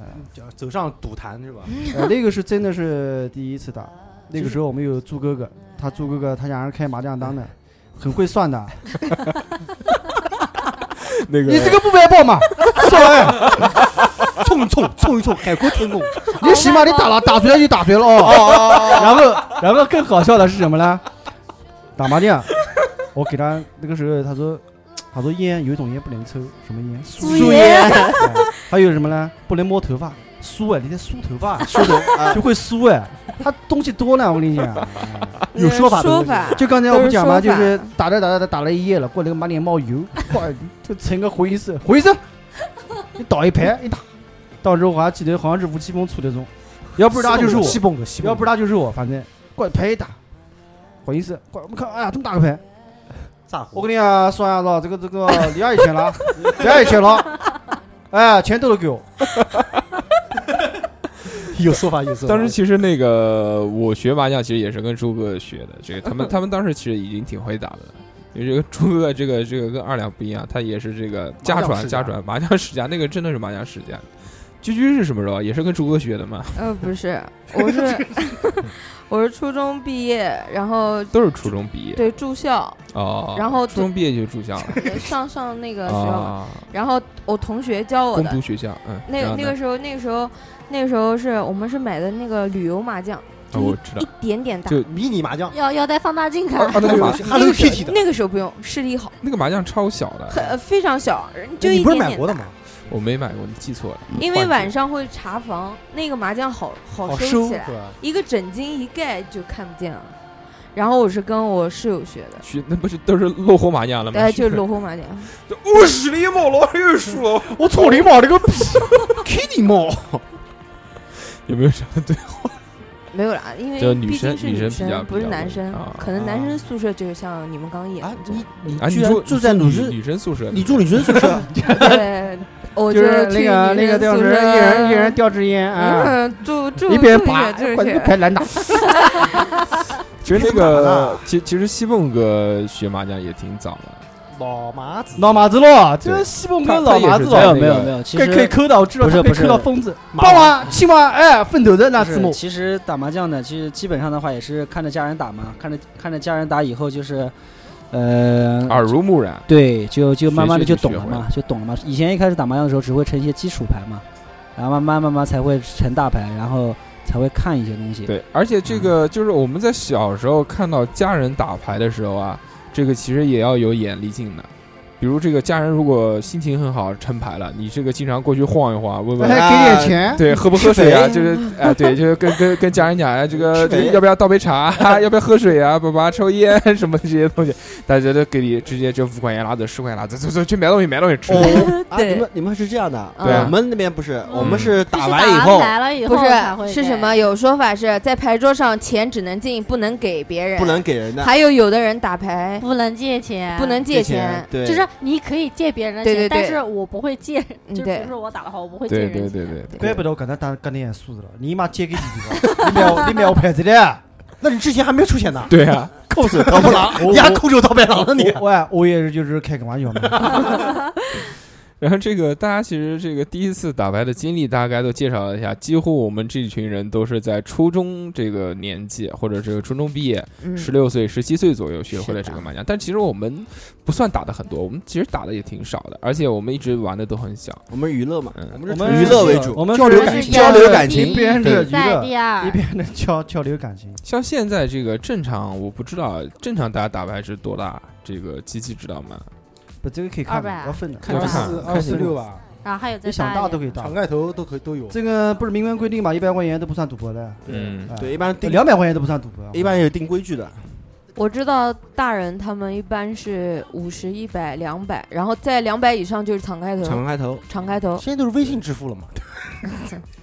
嗯就走上赌坛是吧？呃，那个是真的是第一次打。那个时候我们有朱哥哥，他朱哥哥他家人开麻将档的，很会算的。那你这个不外报嘛？算哎，冲一冲，冲一冲，海阔天空。你起码你打了，打出来就打出来了哦。然后，然后更搞笑的是什么呢？打麻将，我给他那个时候他说，他说烟有一种烟不能抽，什么烟？苏哦烟哎还有什么呢？不能摸头发，梳哎，你得梳头发， [laughs] 梳头就会梳哎。他东西多呢，我跟你讲，嗯有说法的东西说法就刚才我不讲嘛，都是就说法是打着打着打打了一夜了，过来个满脸 [laughs] 冒油，哇，就成个回色，回色，你倒一排一打，到时候我还记得好像是吴奇峰出的钟，要不是他就是我，西蹦哥西蹦哥要不是他就是我，反正过来牌一打，回色，过来我们看，哎呀，这么大个牌，咋？我跟你讲，算一下子，这个这个零二一千了啊，零二一千了，哎，钱都是给我。有说法有说法。当啊时其实那个我学麻将，其实也是跟朱哥学的。这个他们他们当时其实已经挺会打的了，因为这个朱哥这个这个跟二两不一样，他也是这个家麻将传世家家传麻将世家，那个真的是麻将世家。居居是什么时候啊？也是跟朱哥学的嘛？呃，不是，[laughs] 我是我是初中毕业，然后都是初中毕业。对 [laughs] 住校，哦，然后初中毕业就住校 [laughs] 了。上上那个学校哦嘛，啊，然后我同学教我公的读。学校，嗯，那然个后那呢个时候，那个时候，那个时候是我们是买的那个旅游麻将，哦我知道一，点点打，就迷你麻将，要要带放大镜看。啊，那 [laughs] 个麻那个时候那个时候不用，视力好，那个麻将超小的，很呃非常小，就哎一点点。？吗？我没买过，你记错了。因为换晚上会查房，那个麻将好好好收啊哦起来是吧，一个枕巾一盖就看不见了。然后我是跟我室友学的，学那不是都是落后麻将了吗？哎，就是罗红麻将。我是你毛老又输了，我操你妈了个逼，去你妈！有没有什么对没有啦，因为就女毕竟生是女女生比较不是比较男生啊，可能男生宿舍就是像你们刚演的这种。你啊？你居然住住在女女生女生宿舍里，你住女生宿舍，对，我就是那去个那女个生吊宿绳，舍一人一人吊支烟啊嗯，住住一边住拔远就是管这这个牌难打。其实那个，其其实西凤哥学麻将也挺早的，老麻子，老麻子喽，这对个西蒙哥他老麻子喽，他也是在那个没有没有其可以实可以抠到，我知道不是他可以不是抠到疯子，麻爸爸亲妈哎，奋斗的那不字是，幕，其实打麻将呢，其实基本上的话也是看着家人打嘛，看着看着家人打以后就是，嗯呃，耳濡目染。对，就就慢慢的学学就就懂了学会嘛，就懂了嘛。以前一开始打麻将的时候，只会成一些基础牌嘛，然后慢慢慢慢才会成大牌，然后才会看一些东嗯西。对，而且这个就是我们在小时候看到家人打牌的时候啊，这个其实也要有眼力劲的。比如这个家人如果心情很好，撑牌了，你这个经常过去晃一晃，问问哎给点钱啊 [laughs] 对，喝不喝水啊？吃肥就是哎，对，就是跟跟跟家人讲哎，这个吃肥要不要倒杯 [laughs] 茶？要不要喝水啊？爸爸抽烟 [laughs] 什么这些东西，大家都给你直接就五块钱拿走，十块钱拿走，走走去买东西买东西吃。哦， [laughs] 啊，你们你们是这样的，对嗯啊我们那边不是，我们嗯是打完打以完后来了以后不才会是是给什么？有说法是在牌桌上钱只能进不能给别人，不能给人的，还有有的人打牌不能借钱，不能借钱对就是你可以借别人的对钱，对但对是我不会借，就是比对如说我打的话，我不会借对人对钱。对对对，怪不得我刚才当干点素质了，你妈借给你的，你 [laughs] 秒你秒牌子的，那你之前还没有出现呢？对啊，扣 [laughs] 手刀不狼你还扣手刀白狼呢你我我我也是就是开个玩笑嘛，然后这个大家其实这个第一次打牌的经历大概都介绍了一下，几乎我们这群人都是在初中这个年纪，或者是初中毕业，嗯十六岁、十七岁左右学会了是的这个麻将。但其实我们不算打的很多，我们其实打的也挺少的，而且我们一直玩的都很小。我们娱乐嘛，我们是娱乐为主 [laughs] 我们交流感是交流感情一边是娱比赛乐，第二一边的交交流感情。像现在这个正常，我不知道正常大家打牌是多大，这个机器知道吗？不，这个可以二看百的，要分的，看四、看二十看六吧。然后还有再你想大大一都点可以大，长盖头都可以都有。这个不是明文规定嘛？一百块钱都不算赌博的。嗯哎对一般定两百块钱都不算赌博。一般有定规矩的，我知道大人他们一般是五十、一百、两百，然后在两百以上就是敞开头。敞开头敞开头。现在都是微信支付了嘛？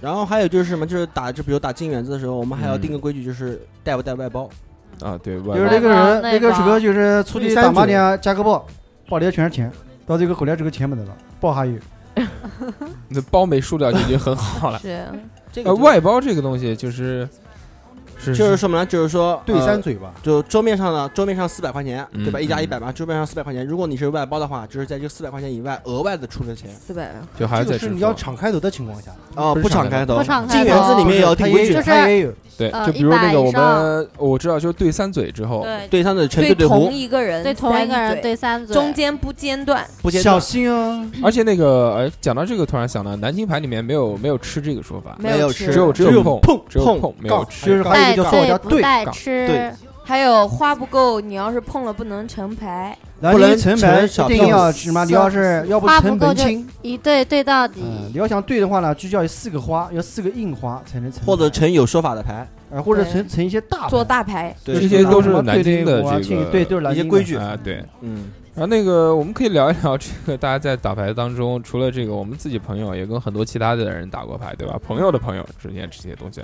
然后还有就是什么，就是打，就比如打金元子的时候，我们还要嗯定个规矩，就是带不带外包。啊，对，就外是包那个人，那那个帮鼠标就是出去第三打麻组将加个包，包里头全是钱，到这个回来这个钱没得了，包还有。那包没输掉就已经很好了。 [laughs] 是这个呃，外包这个东西就是是就是什么呢？就是说对呃三嘴吧就桌面上呢，桌面上四百块钱，嗯对吧？一加嗯一百嘛，桌面上四百块钱。如果你是外包的话，就是在这四百块钱以外额外的出的钱。四百就还这在个是你要敞开头的情况下哦，不敞开头，不敞开头金元子里面也要它定也规矩，就是它也有对，呃就比如那100个我以上们我知道，就是对三嘴之后，对对三嘴成对对同胡，一个人，对同一个人对三嘴，中间不间断，不间小断心哦。而且那个，哎，讲到这个，突然想到，南京牌里面没有没有吃这个说法，没有没有吃吃只有只有碰碰只有碰碰，没有杠吃，就是还有一个叫杠做叫对带杠吃对还有花不够，你要是碰了不能成牌。然后你成本一定要什么？你要啊是要不花成不够本就轻，一对对到底。嗯，你要想对的话呢，就要有四个花，要四个硬花才能成，或者成有说法的牌，呃，或者成成一些大做大牌。对嗯这些都是啊什么南京的对对我要这个去对都是南一些京的 [laughs] 规矩啊，对，嗯。然后那个，我们可以聊一聊这个，大家在打牌当中，除了这个我们自己朋友，也跟很多其他的人打过牌，对吧？朋友的朋友之间这些东西，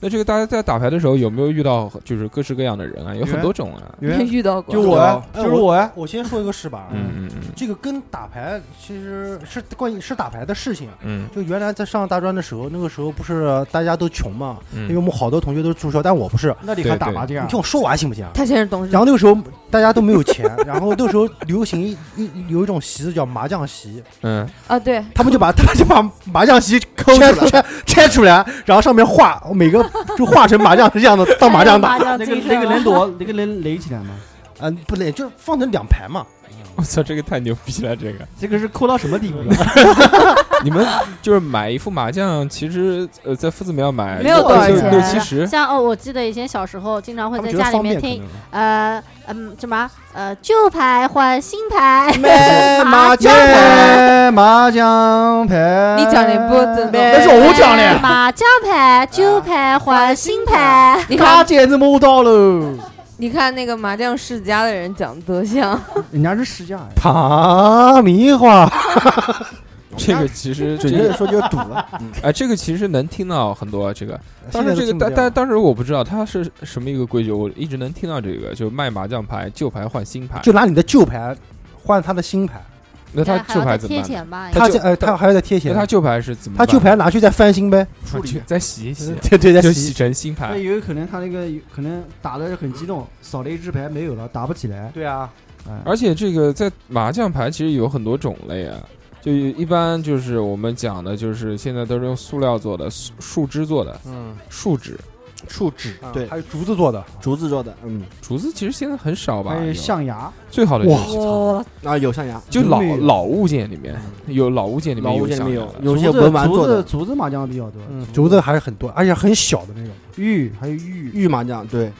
那这个大家在打牌的时候有没有遇到就是各式各样的人啊？有很多种啊，[laughs] 有 [laughs] 人遇到过就我呀，哎就是我呀。我先说一个事吧，啊嗯嗯嗯这个跟打牌其实是关于是打牌的事情。啊嗯就原来在上大专的时候，那个时候不是大家都穷嘛，嗯因为我们好多同学都是住校，但我不是。那你还对打麻将对啊你听我说完行不行？啊他先是懂事然后那个时候大家都没有钱，然后那时候流行一一有一种席子叫麻将席，嗯，啊，对，他们就把他们就把麻将席抠出拆来拆拆出来，然后上面画每个就画成麻将这样的当麻将打。那个那个能躲，那个能垒起来 [laughs] 吗？ [laughs] 嗯，不垒，就是放成两排嘛。我操，这个太牛逼了，这个。这个是抠到什么地步啊了？ [laughs] 你们就是买一副麻将，其是呃，在夫子庙买没有多少六钱，六七十，像哦，我记得以前小时候经常会在家里他们觉得方面听便可，呃，嗯，什么呃，旧牌换新牌，买麻将牌，哎牌，麻将牌。你讲的不真的，那是我讲的。麻将牌，啊旧牌换新牌，你他看，简直摸到喽！你看那个麻将世家的人讲的多像，人家是世家呀，糖米花，这个其实准确地说就是赌了。哎，这个其实能听到很多这个。当时这个啊呃现在都听不但见但当时我不知道它是什么一个规矩，我一直能听到这个，就卖麻将牌，旧牌换新牌。就拿你的旧牌换他的新牌，那他旧牌怎么贴办？钱吧，他这呃他还要再贴钱那他旧牌是怎么他办？旧牌拿去再翻新呗，处理，再洗一洗，啊对 [laughs] 对再就嗯洗一洗成新牌那。有可能他那个有可能打的很激动，少了一只牌没有了，打不起来。对啊，而且这个在麻将牌其实有很多种类啊，就一般就是我们讲的，就是现在都是用塑料做的、树树枝做的，嗯，树枝。树脂啊对，还有竹子做的，竹子做的，嗯，竹子其实现在很少吧？哎还有象牙，最好的哇就是啊，有象牙，就老老物件里面嗯有老物件里面老物有件里象面牙有的有些竹子文玩竹做子的竹子麻将比较多，竹子还是很多，而且很小的那种。玉还有玉玉麻将，对，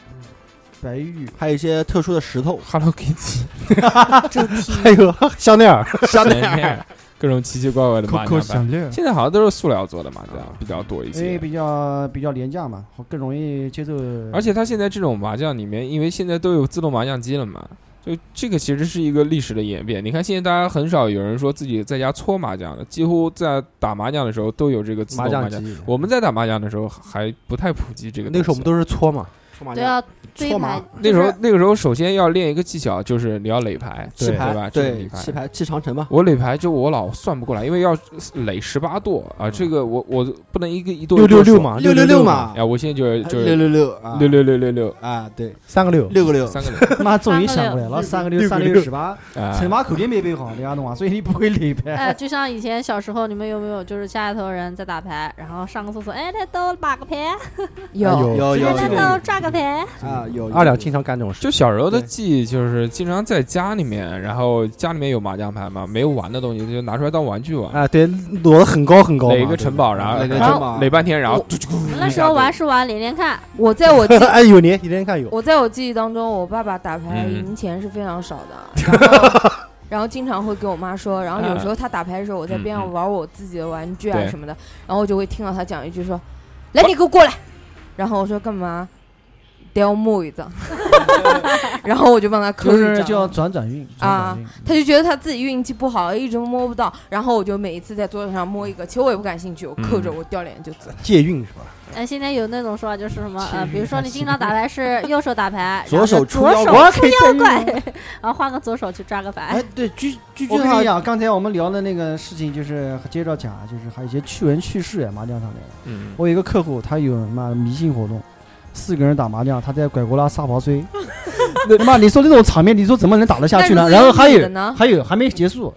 白玉，还有一些特殊的石头，Hello Kitty， [laughs] 还有 [laughs] 香奈儿，香奈香奈儿儿，各种奇奇怪怪的麻将 Coco 响牌亮，现在好像都是塑料做的麻啊将比较多一因些。哎为比较比较廉价嘛，好更容易接受。而且它现在这种麻将里面，因为现在都有自动麻将机了嘛，就这个其实是一个历史的演变。你看现在大家很少有人说自己在家搓麻将的，几乎在打麻将的时候都有这个自动麻将。麻将机我们在打麻将的时候还不太普及这个东西。那个时候我们都是搓嘛，哎对啊，对搓牌麻那时候那个时候首先要练一个技巧，就是你要垒牌，弃对牌吧？这个对垒，牌弃牌弃长城嘛，我垒牌就我老算不过来，因为要垒十八垛啊，这个我我不能一个一垛一666垛数嘛666嘛哎，我现在就是就是666啊六六六六六啊，对，三个六，六个六，三个 [laughs] 六，妈终于想过来了，三个六三六十八哎，乘法口令没背好，你知道吗？所以你不会理哎，呗。[laughs] 就像以前小时候，你们有没有就是家里头人在打牌，然后上个厕所，哎，来都打个牌，哎有有有有来都抓个牌，啊，有哎二两经常干这种事。就小时候的记忆，就是经常在家里面，然后家里面有麻将牌嘛，没有玩的东西就拿出来当玩具玩。啊，对，摞的很高很高嘛，垒一个城堡，然后垒个然后城堡垒半天，然后那时候玩是玩连连看，我在我记对 [laughs] 哎，有年一天看有，我在我记忆当中，我爸爸打牌嗯赢钱是非常少的，然后然后经常会跟我妈说，然后有时候他打牌的时候，我在边上玩我自己的玩具啊对什么的，然后我就会听到他讲一句说：“来，你给我过来。”然后我说干嘛？叼木一张，然后我就帮他就抠一是张。叫转转运啊，他就觉得他自己运气不好，一直摸不到，然后我就每一次在桌子上摸一个，其实我也不感兴趣，我扣着嗯我掉脸就走。借运是吧？哎，现在有那种说法就是什么呃，比如说你经常打牌是右手 [laughs] 打牌，左手出左妖手怪我出可以妖带怪，然后换个左手去抓个牌。对，居居我跟你讲，刚才我们聊的那个事情，就是接着讲，啊就是还有一些趣闻趣事麻将上面的。嗯我有一个客户，他有什么迷信活动，四个人打麻将，他在拐过拉撒跑 [laughs] 追。那妈，你说这种场面，你说怎么能打得下去呢？那然如后果还是女有的呢还有还没结束，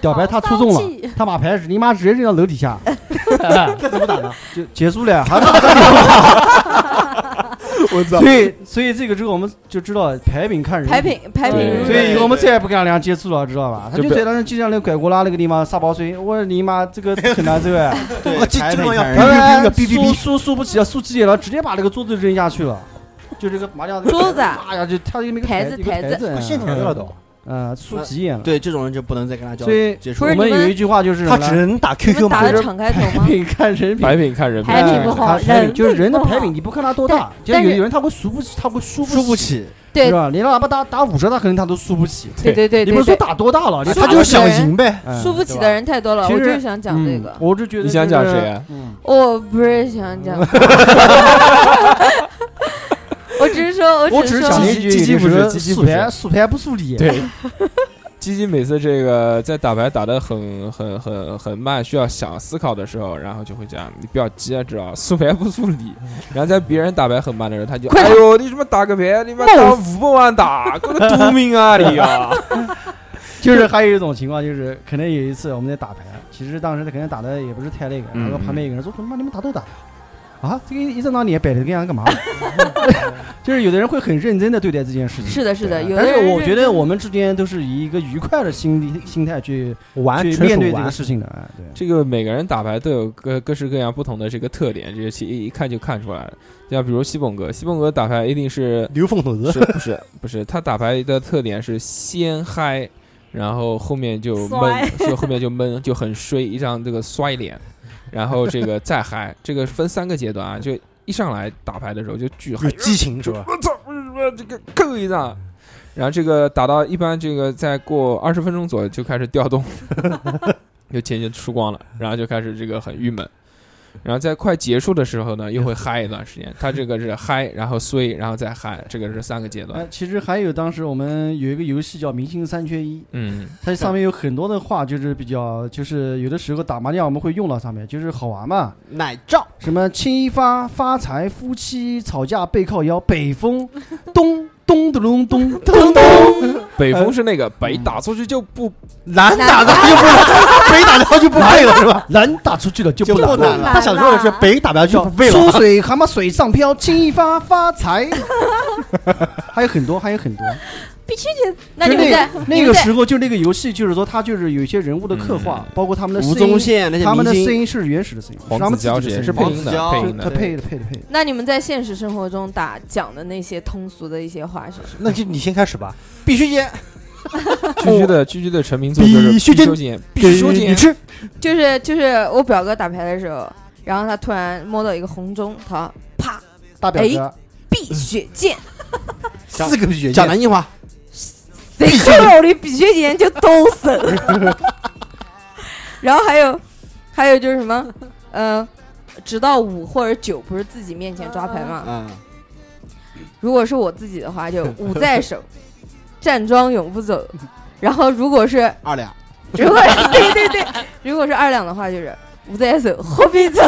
屌牌他出中骚气了，他把牌你妈直接扔到楼底 [laughs] 下，这怎么打呢？就结束了，还我所以所以这个之后我们就知道牌品看人，牌品牌品对如所以以人后我们再也不敢俩接触了，知道吧？他就就不在那就像那拐过拉那个地方撒包水，我说你妈这个 [laughs] 很难受哎。对，这牌这品种要看人哔哔哔哎个哔哔哔输输输不起了，输急眼了，直接把那个桌子扔下去了，就这个麻 [laughs] 将桌子啊哎呀，就他就那个台子子一个台台子啊现成的了都，呃，输急眼了。对这种人就不能再跟他交所以接触我了。们有一句话就是什么他呢，只能打你 QQ 们嘛打，的敞开头吗 [laughs] 牌？品看人品，牌品看人品，牌品不好哎看人就是人的品不好牌品，你不看他多大，就但有是有人他会输不起，他会输输不不，起，对是吧？你让他把打打五折，他可能他都输不起。对对对对你不是说对打多大了，你输打他就是不想起的人赢呗。哎输不起的人太多了，其我实就是想讲这个嗯，我是觉得你想讲就是谁啊？我不是想讲， [laughs] 我只是说，我只只是是说讲了了一一句句，就不是是鸡鸡速不是牌速牌不速理。对，基基每次这个在打牌打得很很很很慢，需要想思考的时候，然后就会讲你不要急啊，知道吧速牌不速理。然后在别人打牌很慢的时候，他就快哎打呦，你什么打个牌，你妈冒打五百万打，给我赌命啊你啊！就是还有一种情况，就是可能有一次我们在打牌，其实当时他可能打的也不是太那个，然后嗯旁边有个人说：“怎么把你们打都打呀？”啊，这个一整张脸摆着这个样干嘛？ [laughs] 就是有的人会很认真的对待这件事情。是的，是的，有啊但的人是我觉认得真我们之间都是以一个愉快的心理心态去玩去纯属面对这个玩事情的。哎，对，这个每个人打牌都有各各式各样不同的这个特点，这个其一一看就看出来了。像比如西蹦哥，西蹦哥打牌一定是刘凤头是子，不是不是，他打牌的特点是先嗨，然后后面就衰闷， [laughs] 就后面就闷，就很衰，一张这个衰脸，然后这个再嗨， [laughs] 这个分三个阶段啊，就一上来打牌的时候就巨嗨有，激情是吧？我操，为什么这个扣一张？然后这个打到一般这个再过二十分钟左右就开始调动， [laughs] 就钱就输光了，然后就开始这个很郁闷。然后在快结束的时候呢，又会嗨一段时间。他这个是嗨，然后衰，然后再嗨，这个是三个阶段哎。，其实还有当时我们有一个游戏叫《明星三缺一》，嗯，它上面有很多的话，就是比较，就是有的时候打麻将我们会用到上面，就是好玩嘛。奶罩什么青一发发财，夫妻吵架背靠腰，北风东咚咚咚咚咚咚，北风是那个北打出去就不南打的就不 [laughs] 北打的就不配了是吧？南打出去了就不难难了他想说的是北打不了就不配了。出水蛤蟆水上漂，轻易发发财。 [laughs] 还有很多，还有很多。必须得。就你们在那那个时候，就那个游戏，就是说它就是有一些人物的刻画，包括他们的声音吴宗宪那些他们的明星声音是原始的声音，黄他们子自己佼的也声是配音的黄子佼配音的他呃配的配的配的。那你们在现实生活中打讲的那些通俗的一些话是什么？那就你先开始吧。必须接，居居的居居的成名作就是必须必进修剪，必修剪，吃就是就是我表哥打牌的时候，然后他突然摸到一个红中，他啪，大表哥碧血剑，四个血讲南京话，谁看我的碧血剑就都死了。然后还有还有就是什么，呃，直到五或者九不是自己面前抓牌嘛，嗯，如果是我自己的话，就五在手，站桩永不走。然后如果是二两，如果是对对对，如果是二两的话，就是五在手，后必走。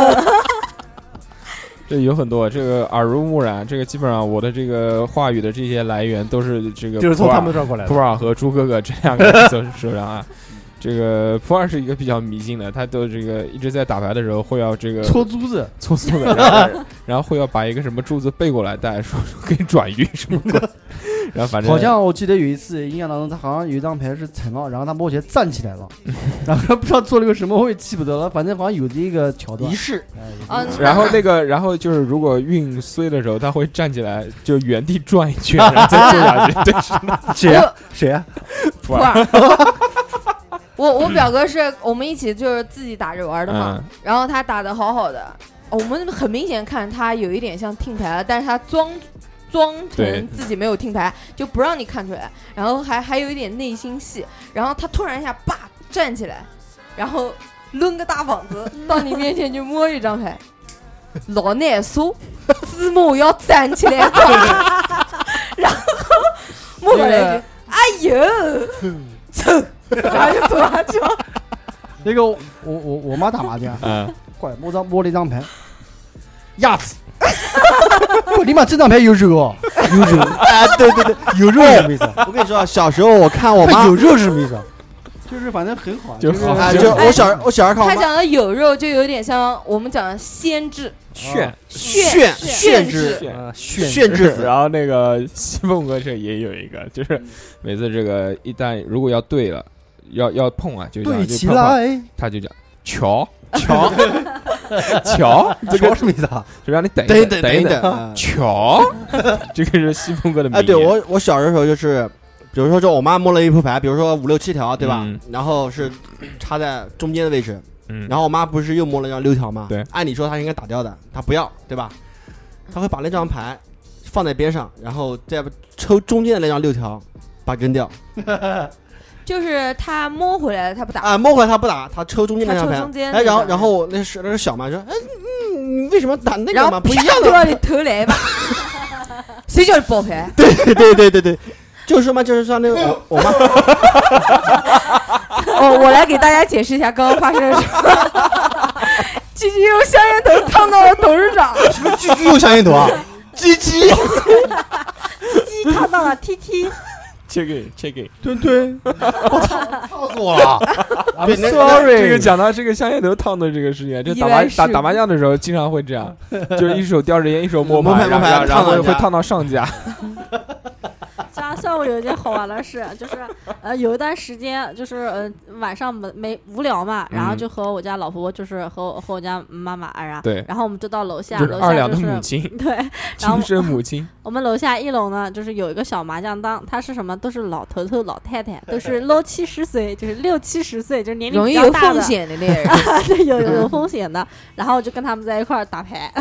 这有很多，这个耳濡目染，这个基本上我的这个话语的这些来源都是这个就是从普洱他们这儿过来的普洱和朱哥哥这两个人手手上啊。这个普洱是一个比较迷信的，他都这个一直在打牌的时候会要这个搓珠子，搓珠子，然后然后会要把一个什么柱子背过来戴，说说可以转运什么的。然后反正好像我记得有一次印象当中，他好像有一张牌是沉了，然后他摸起来站起来了，然后他不知道做了个什么，我也记不得了，反正好像有这一个桥段仪式。啊 [laughs] 然后那个，然后就是如果运衰的时候，他会站起来就原地转一圈，然后再坐下去。对， [laughs] 是的。谁呀？谁呀？普洱。 [laughs] 我我表哥是我们一起就是自己打着玩的嘛，啊嗯然后他打的好好的，哦我们很明显看他有一点像听牌了，但是他装装对成自己没有听牌，就不让你看出来，然后还还有一点内心戏，然后他突然一下叭站起来，然后抡个大膀子到你面前就摸一张牌，老难说，芝麻要站起来走，然后摸过来一句，哎呦，走，然后就走下去了。那个我我我妈打麻将啊嗯，过来摸张摸了一张牌，鸭子。我你妈这张牌有肉哦，有肉啊！对对对，有肉什么意思？我跟你说，小时候我看我妈有肉是什么意思？啊就是反正很好，就是啊，就我小我小时候看我他妈讲的有肉，就有点像我们讲的鲜制炫炫哦炫制，炫炫炫之子然后那个西凤哥这也有一个，就是每次这个一旦如果要对了，要要碰啊，就这样对就起碰碰 [laughs] 来他就讲瞧 [laughs] 瞧瞧，这个瞧什么意思啊？就让你等等一等等等一等啊等啊瞧，这个是西凤哥的名哎，言。对我我小的时候就是，比如说这我妈摸了一副牌，比如说五六七条，对吧？嗯然后是插在中间的位置，嗯然后我妈不是又摸了一张六条吗？对按理说她应该打掉的，她不要，对吧？她会把那张牌放在边上，然后再抽中间的那张六条，把它扔掉。就是他摸回来了，他不打啊，摸回来她不打，她抽中间那张她牌抽中。间哎，那然后张然后我那是那是小嘛，说哎嗯，你为什么打那然个后嘛不一啪啊样啊丢到的？你头 [laughs] 来吧，谁叫你爆 [laughs] 牌？对对对对对，就是嘛，就是像那个 [laughs] 我我妈。哦，我来给大家解释一下刚刚发生的事。鸡鸡用香烟头烫到了董事长，什么 [laughs] 狙击用香烟头 [laughs] 啊？鸡鸡，鸡鸡烫到了 TT， check it check it，墩墩， [laughs] 我操，死我了！ [laughs] 对 I'm 那 sorry 这个讲到这个香烟头烫的这个事情啊，就打意麻外事打故打麻将的时候经常会这 [laughs] 样，就是一手叼着烟，一手摸摸牌，牌摸然后牌然后然后烫到会人会家烫到上 [laughs] 家。加上我有一件好玩的事，就是呃有一段时间就是呃晚上没没无聊嘛，然后嗯就和我家老婆就是和我和我家妈妈啊，然后对然后我们就到楼下，就是楼二下两就的是母亲 [laughs] 对，然后亲生母亲，我们楼下一楼呢，就是有一个小麻将档，它是什么？都是老头头、老太太，都是 low 七十岁，就是六七十岁，就是年龄容易比较有大的风险的那人啊， [laughs] 对，有有有风险的。然后我就跟他们在一块儿打牌，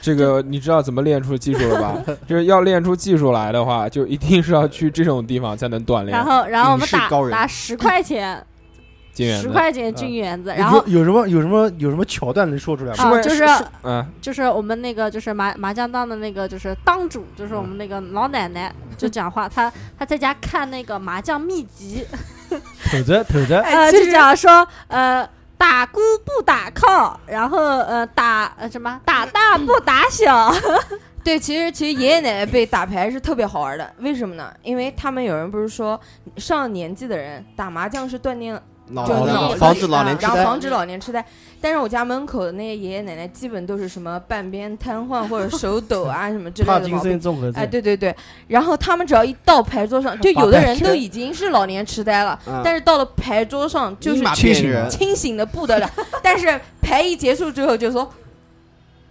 这个你知道怎么练出技术了吧？就是要练出技术来的话，就一定是要去这种地方才能锻炼。然后然后我们打高人打十块钱，金元十的块钱进园子，然后哎有有什么有什么有什么桥段能说出来吗？啊，就是嗯，就是我们那个就是麻麻将档的那个就是档主，就是我们那个老奶奶就讲话，她她在家看那个麻将秘籍。哎头子头子，呃，就讲说呃，打姑不打靠，然后呃打呃什么打大不嗯打小，对，其实其实爷爷奶奶被打牌是特别好玩的，为什么呢？因为他们有人不是说上了年纪的人打麻将是锻炼脑就是脑脑力防止老年啊痴然后呆防止老年痴呆。但是我家门口的那些爷爷奶奶基本都是什么半边瘫痪或者手抖啊什么之类帕的金毛森病。综合症哎，对对对，然后他们只要一到牌桌上，就有的人都已经是老年痴呆了嗯，但是到了牌桌上就是立马清变醒人清醒的不得了。但是牌一结束之后就说：“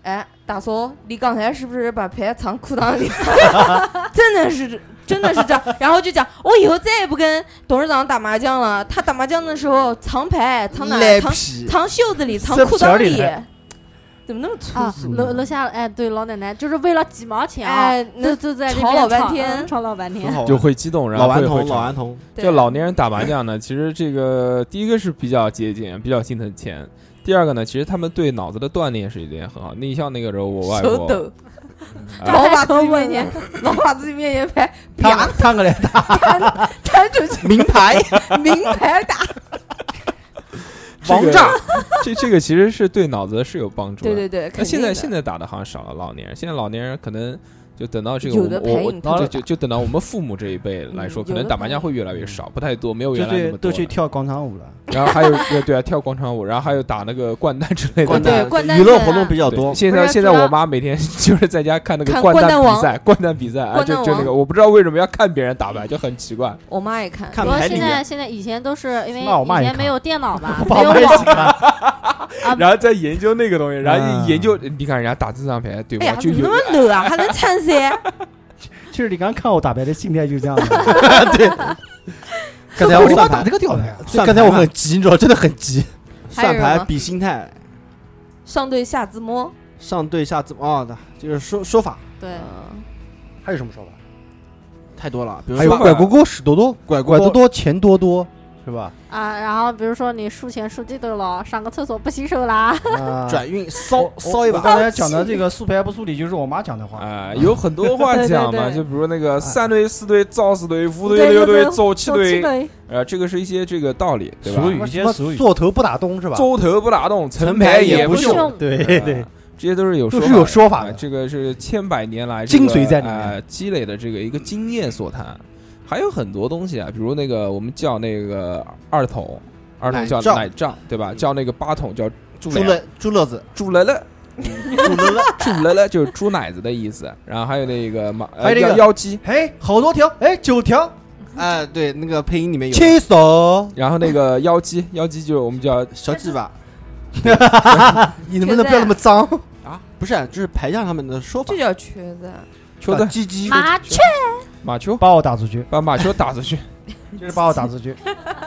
哎，大嫂，你刚才是不是把牌藏裤裆里？”真的是，真的是这样。然后就讲，我以后再也不跟董事长打麻将了。他打麻将的时候藏牌，藏哪赖儿？藏皮藏袖子里，藏塞裤皮儿裆里里来。怎么那么粗啊俗？楼楼下哎，对老奶奶就是为了几毛钱啊，哎那就就在这吵边老半吵天嗯吵老半天，就会激动，然后老顽会童会吵老顽童就老年人打麻将呢，其实这个第一个是比较节俭，比较心疼钱。第二个呢，其实他们对脑子的锻炼是一点很好。你像那个时候，我外手婆抖，哎老把自己面前，老把自己面前牌啪 [laughs] 看过来弹出去，名牌名牌打，这个王炸，这这个其实是对脑子是有帮助的。对对那对肯现定在的现在打的好像少了，老年人现在老年人可能就等到这个有我的们我我牌瘾就特就就等到我们父母这一辈来说，嗯可有能的打牌麻将会越来越少，不太多，没有就原来那是么都多去了。跳广场舞了。然后还有对对啊，跳广场舞，然后还有打那个 [laughs] 掼蛋之类的，掼蛋对掼蛋娱乐活动比较多对现不在是现在主要我妈每天 [laughs] 就是在家看那个看掼掼蛋比王赛，掼蛋比赛啊，掼就蛋就那王个，我不知道为什么要看别人打牌，就很奇怪。我妈也看，看不过牌现理在现在以前都是因为那我骂以你前看没有电 [laughs] 脑嘛，爸没有妈也网，然后再研究那个东西，然后一研究，嗯你看人家打字上牌，对哎吧？呀，就怎么有那么冷啊？还能 [laughs] 参赛？其实你刚看我打牌的心态就是这样的。 [laughs] [laughs] [laughs] 刚才我为什么要算打这个吊牌啊？算刚才我很急，你知道，真的很急。还算有人牌吗比心态，上对下自 [laughs] 摸，上对下怎么啊的，就是说说法对，还有什么说法？太多了，比如还有说拐。锅锅屎多多，拐拐锅多 [laughs] 多钱多多，是吧？啊，然后比如说你数钱数地都了，上个厕所不洗手啦，啊转运骚哦骚一把我刚才讲的这个速牌不速理，就是我妈讲的话啊，有很多话讲嘛，对对对就比如那哎个三对四对、造四对、五对对六对、六对走七 [laughs] 走七对，呃，这个是一些这个道理，对吧？俗语一些俗语坐头不打东是吧？周头不打洞，层牌也也不秀秀。对呃对，这些都是有都说是有说法的。这个是千百年来嗯精髓在里面面、呃积累的这个一个经验所谈。还有很多东西啊，比如那个我们叫那个二筒，二筒叫奶罩奶罩，对吧？叫那个八筒叫猪猪奶乐猪乐子，猪乐乐。猪乐乐，猪乐乐就是猪奶子的意思。然后还有那个马，呃还有那个腰腰肌，哎，好多条，哎，九条，哎，对，那个配音里面有牵手，然后那个腰肌， [laughs] 腰肌就是我们叫小啊鸡巴。你能不能不要那么脏啊？不是，就是排上他们的说法这，叫瘸子。啊秋啊的鸡鸡麻雀，马球把我打出去，把马球打出去，就是把我打出去。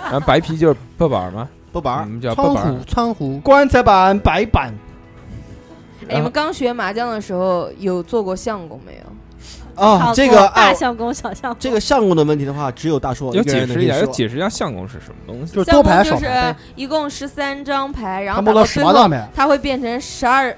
然后白皮就是不板儿嘛，不板儿，我们嗯叫不板儿。窗户，棺材板、白板，哎你们刚学麻将的时候有做过相公没有？啊，这个哎，相公小相公，这个相公的问题的话，只有大硕要一个人解能释一给下，要说。解释一下相公是什么东西？就相公就是呃一共十三张牌，然他后摸打到最18后张没它会变成十二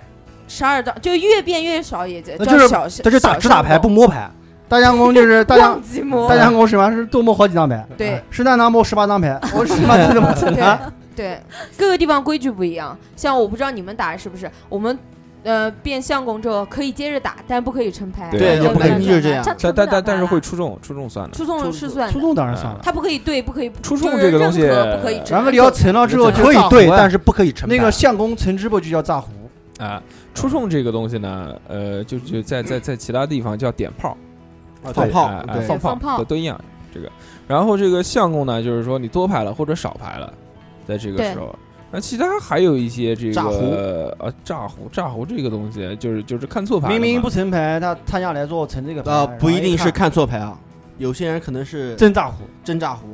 十二张，就越变越少，也就那叫就是小那就打小只打相牌公不摸牌，大相公就是大相忘记摸大相公什么是多摸好几哎张牌，对十三张摸十八张牌，我十八张怎么 [laughs] 整对啊？对，各个地方规矩不一样。像我不知道你们打是不是，我们呃变相公之后可以接着打，但不可以成牌。也不可以就是这样这但但但但是会出众，出众算的。哎出众是算的，出众当然算了他不可以对，不可以出众这个东西不可以只能然后你要成了之后就可以炸胡对啊但是不可以成那牌个相公成之后就叫炸胡，啊，出众这个东西呢，呃，就就在在在其他地方叫点炮啊，对放炮哎哎对放放炮都都一样。这个，然后这个相公呢，就是说你多排了或者少排了，在这个对时候。那其他还有一些这炸胡个呃炸胡炸胡这个东西，就是就是看错牌了嘛，明明不成牌，他摊下来说我成这个牌，啊，不一定是看看错牌啊，有些人可能是真炸胡，真炸胡，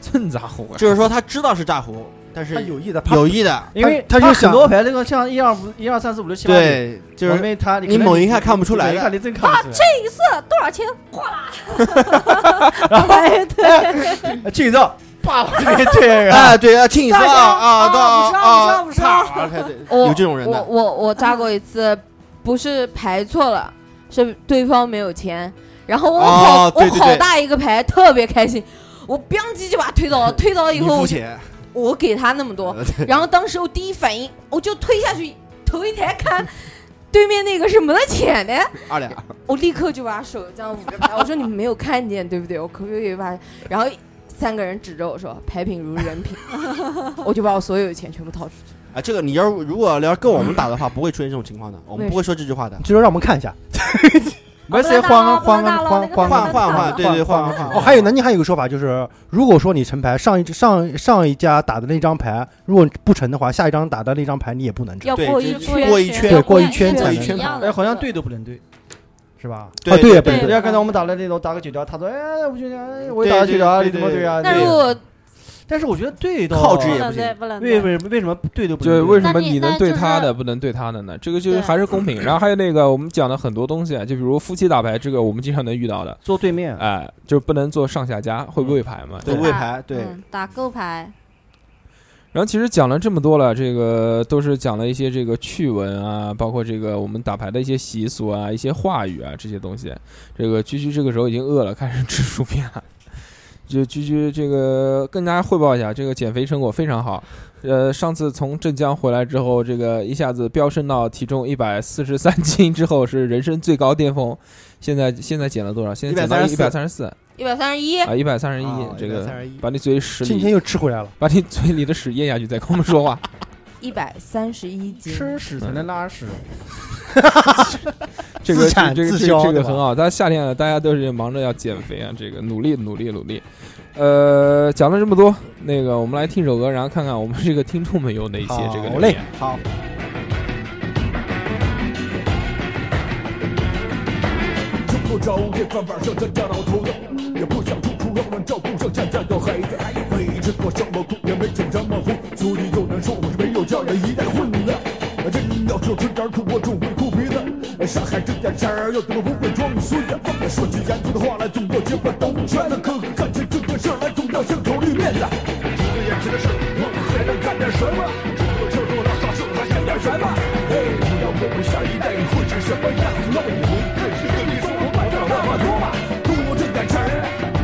真炸胡啊，就是说他知道是炸胡，但是他有意的有意的，因为他就很想多牌，这个像一二五、一二三四五六七八，对就是因为他你猛一看看不出来的一看你真看不出来。这一次多少钱？哗啦，[laughs] 然后哎对，庆一照，爸爸 [laughs] 这边这人，哎，对啊，庆一大色声啊啊，啊对五十啊二啊，五十二啪，对我有这种人我的，我我炸过一次，不是牌错了，是对方没有钱。然后我好、哦对对我好对大一个牌，特别开心，我吧唧就把它推倒了，推倒以你后付我就钱，我给他那么多呃对，然后当时我第一反应我就推下去，头一抬看，对面那个是没得钱的，二两，我立刻就把手这样捂着牌，我说你们没有看见对不对？我可不可以把？然后三个人指着我说牌品如人品， [laughs] 我就把我所有的钱全部掏出去。啊，这个你要如果要跟我们打的话，不会出现这种情况的，我们为不会说这句 [laughs] 话的。就说让我们看一下，没谁慌啊慌啊慌慌换换换，对对换换换。哦，还有南京还有一个说法就是，如果说你成牌，上一上上一家打的那张牌，如果不成的话，下一张打的那张牌你也不能成，要过一圈过一圈，对，过一圈才能成。哎，好像对都不能对，是吧？对啊对对对对人家刚才我们打了那种打个九条，他说哎，我觉得哎我也打了九条，你怎么对啊？那如果但是我觉得对到靠之也不行不能为为为什么对都不能对，为什那么你能对他的，不能对他的呢？这个就是对还是公平。然后还有那个，我们讲的很多东西，啊，就比如夫妻打牌，这个我们经常能遇到的，坐对嗯面，哎，就不能做上下家，会喂牌嘛？对吧喂牌，对，嗯，打够牌，然后其实讲了这么多了，这个都是讲了一些这个趣闻啊，包括这个我们打牌的一些习俗啊、一些话语啊这些东西。这个居居这个时候已经饿了，开始吃薯片了。就居居这个跟大家汇报一下，这个减肥成果非常好。呃，上次从镇江回来之后，这个一下子飙升到体重一百四十三斤之后是人生最高巅峰。现在现在减了多少？现在减到一百三十四。一百三十一，啊，一百三十一，这个把你嘴屎里今天又吃回来了，把你嘴里的屎咽下去，再跟我们说话。一百三十一斤，吃屎才能拉屎。 [laughs] 这个自产这个自这销个这对个吧很好。大家夏天了，大家都是忙着要减肥啊，这个努力努力努力。呃，讲了这么多，那个我们来听首歌，然后看看我们这个听众们有哪些这个好留嘞言，好。就不着无这饭碗上他家老头子，也不想处处让人照顾上现在的孩子，没吃过什么苦，也没吃什么苦，所以有人说我是没有家的一代混子。真要是吃点苦，我就会哭鼻子。上海这点事儿，又怎么不会装孙子？说起严肃的话来，总要结巴兜圈子。可干起这个事儿来，总要像头绿面子。除了眼前的事，我们还能干点什么？除了这多大傻事，还想点什么？哎，不要我们下一代会是什么样子？那我们这一个你说我买点那么多吧，多挣点钱儿，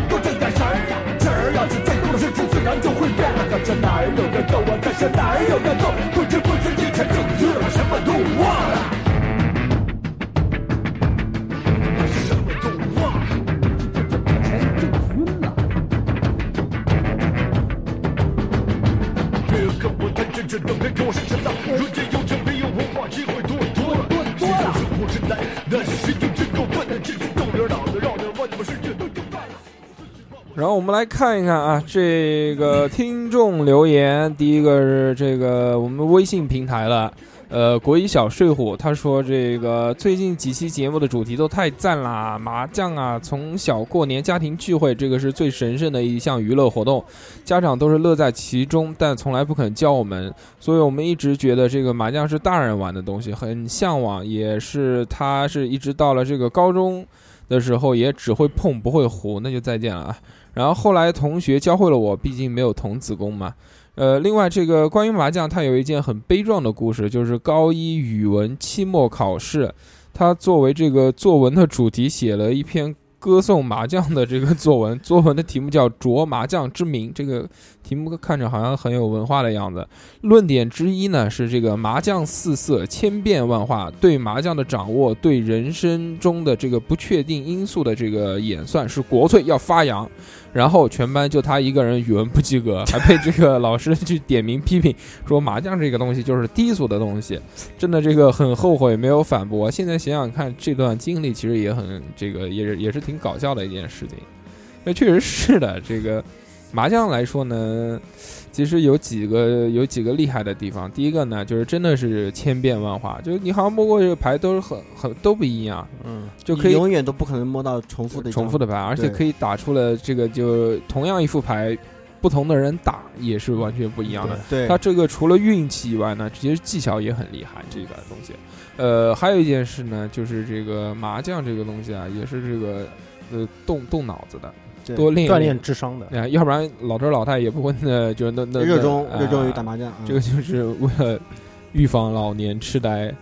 多挣点钱儿，钱儿要是再多了，自自然就会变了。这哪有个够啊？但是哪有个够？不知不觉以前就热了，什么都忘了。什么都忘了，这把钱挣晕了。别跟我谈政治，别跟我说神道，人间有情没有文化，机会多多了多多了。生活之难，那谁就真够笨的，真是动点脑子，绕点弯子，把世界都整坏了。然后我们来看一看啊，这个听众留言，第一个是这个我们微信平台了。呃，国一小睡虎他说：“这个最近几期节目的主题都太赞啦，麻将啊，从小过年家庭聚会，这个是最神圣的一项娱乐活动，家长都是乐在其中，但从来不肯教我们，所以我们一直觉得这个麻将是大人玩的东西，很向往，也是他是一直到了这个高中的时候也只会碰不会胡，那就再见了啊。然后后来同学教会了我，毕竟没有童子功嘛。呃，另外这个关于麻将，它有一件很悲壮的故事，就是高一语文期末考试，他作为这个作文的主题写了一篇。歌颂麻将的这个作文，作文的题目叫《酌麻将之名》。这个题目看着好像很有文化的样子。论点之一呢是这个麻将四色，千变万化，对麻将的掌握，对人生中的这个不确定因素的这个演算是国粹，要发扬。然后全班就他一个人语文不及格，还被这个老师去点名批评，说麻将这个东西就是低俗的东西，真的这个很后悔没有反驳。现在想想看，这段经历其实也很这个也是也是挺搞笑的一件事情。那确实是的，这个麻将来说呢，其实有几个有几个厉害的地方。第一个呢，就是真的是千变万化，就是你好像摸过这个牌都是很很都不一样，嗯，就可以你永远都不可能摸到重复的一张重复的牌，而且对可以打出了这个就同样一副牌，不同的人打也是完全不一样的。对对它这个除了运气以外呢，其实技巧也很厉害，这个东西。呃，还有一件事呢，就是这个麻将这个东西啊，也是这个呃动动脑子的，对多练锻炼智商的啊、要不然老头儿老太也不会那就那那热衷那热衷于啊打麻将嗯这个就是为了预防老年痴呆。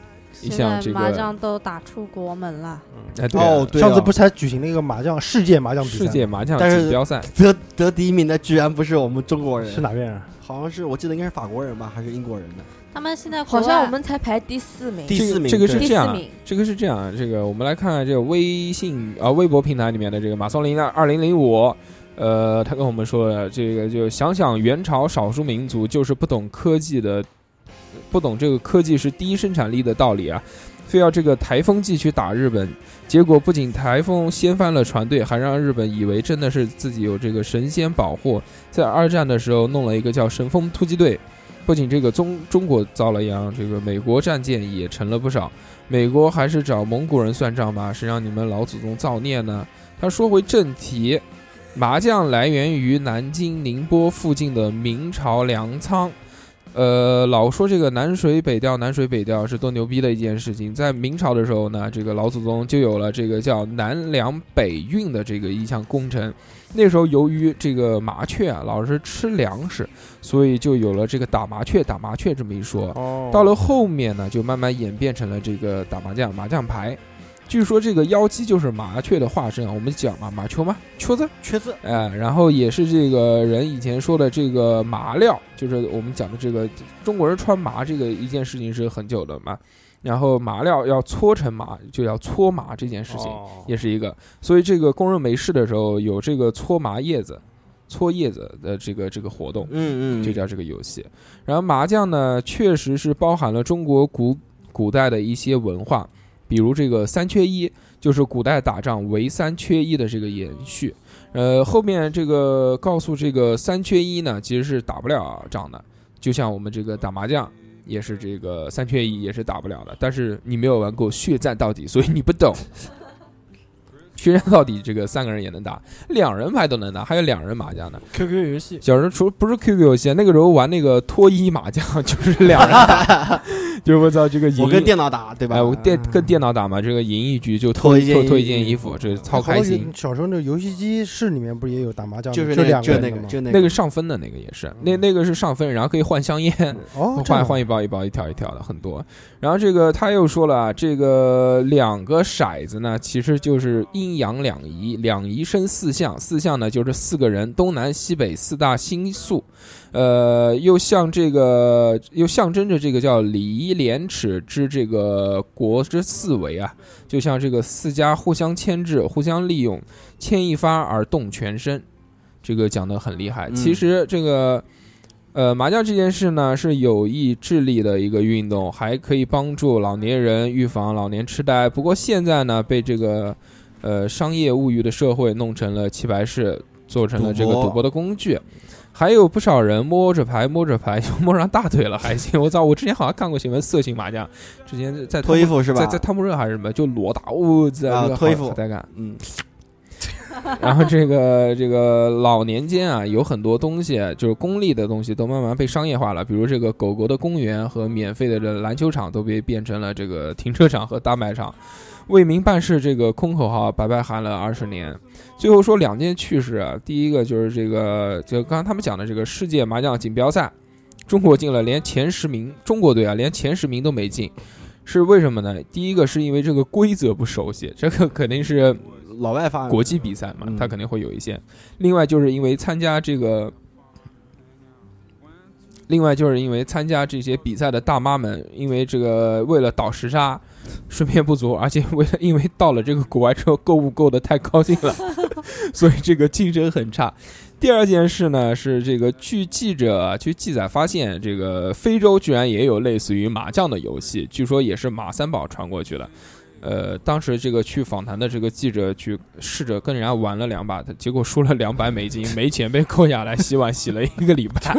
一现项在这个麻将都打出国门了，哎对啊哦，对啊上次不是才举行了一个麻将世界麻将比赛，世界麻将但是锦标赛得得第一名的居然不是我们中国人，是哪边人？好像是我记得应该是法国人吧，还是英国人的。他们现在好国外像我们才排第四名，第四名这个是第这四样啊名，这个是这样啊，这个我们来看看这个微信啊、微博平台里面的这个马松林的二零零五，呃，他跟我们说了，这个就想想元朝少数民族就是不懂科技的，不懂这个科技是第一生产力的道理啊，非要这个台风季去打日本，结果不仅台风掀翻了船队，还让日本以为真的是自己有这个神仙保护，在二战的时候弄了一个叫神风突击队。不仅这个中中国遭了殃，这个美国战舰也沉了不少。美国还是找蒙古人算账吧，谁让你们老祖宗造孽呢？他说回正题，麻将来源于南京、宁波附近的明朝粮仓。呃，老说这个南水北调，南水北调是多牛逼的一件事情。在明朝的时候呢，这个老祖宗就有了这个叫南粮北运的这个一项工程。那时候由于这个麻雀啊，老是吃粮食，所以就有了这个打麻雀、打麻雀这么一说。到了后面呢，就慢慢演变成了这个打麻将、麻将牌。据说这个妖姬就是麻雀的化身啊，我们讲嘛，麻雀嘛，雀子，雀子，哎，然后也是这个人以前说的这个麻料，就是我们讲的这个中国人穿麻这个一件事情是很久的嘛。然后麻料要搓成麻，就要搓麻这件事情也是一个，所以这个工人没事的时候有这个搓麻叶子、搓叶子的这个这个活动，嗯嗯，就叫这个游戏。然后麻将呢，确实是包含了中国古古代的一些文化，比如这个三缺一，就是古代打仗唯三缺一的这个延续。呃，后面这个告诉这个三缺一呢，其实是打不了仗的，就像我们这个打麻将。也是这个三缺一也是打不了的，但是你没有玩过血战到底，所以你不懂。血战到底，这个三个人也能打，两人牌都能打，还有两人麻将呢。 QQ 游戏，小时候除不是 QQ 游戏，那个时候玩那个脱衣麻将， [laughs] 就是两人 [laughs] 打，就是我操这个赢我跟电脑打对吧嗯哎，我电跟电脑打嘛，这个赢一局就脱脱一件脱脱衣嗯一件衣服，这超开心。小时候那游戏机室里面不是也有打麻将的，就是那就两就人那的个吗就那个那个上分的那个也是，嗯那那个是上分，然后可以换香烟，哦这换样换一包一包一条一条的很多。然后这个他又说了啊，这个两个骰子呢，其实就是阴阳两仪，两仪生四象，四象呢就是四个人，东南西北四大星宿，呃，又像这个又象征着这个叫礼仪廉耻之这个国之四维啊，就像这个四家互相牵制、互相利用，牵一发而动全身。这个讲的很厉害。嗯其实这个呃麻将这件事呢，是有益智力的一个运动，还可以帮助老年人预防老年痴呆。不过现在呢，被这个呃商业物欲的社会弄成了棋牌室，做成了这个赌博赌博的工具。还有不少人摸着牌摸着牌就 [laughs] 摸上大腿了，还行。我操！我之前好像看过新闻，色情麻将，之前在脱衣服是吧在在汤姆热还是什么，就裸打，我操！啊这个脱衣好服好带感，嗯。然后这个这个老年间啊，有很多东西就是公立的东西都慢慢被商业化了，比如这个狗狗的公园和免费的这篮球场都被变成了这个停车场和大卖场。为民办事这个空口号白白喊了二十年。最后说两件趣事啊，第一个就是这个就刚刚他们讲的这个世界麻将锦标赛，中国进了连前十名，中国队啊连前十名都没进。是为什么呢？第一个是因为这个规则不熟悉，这个肯定是老外发国际比赛嘛，他肯定会有一些。另外就是因为参加这个，另外就是因为参加这些比赛的大妈们，因为这个为了倒时差， [laughs] 睡眠不足，而且为了因为到了这个国外之后购物购的太高兴了， [laughs] 所以这个精神很差。第二件事呢是这个，据记者啊去记载发现，这个非洲居然也有类似于麻将的游戏，据说也是马三宝传过去的。呃，当时这个去访谈的这个记者去试着跟人家玩了两把，他结果输了两百美金，没钱被扣下来洗碗，洗了一个礼拜。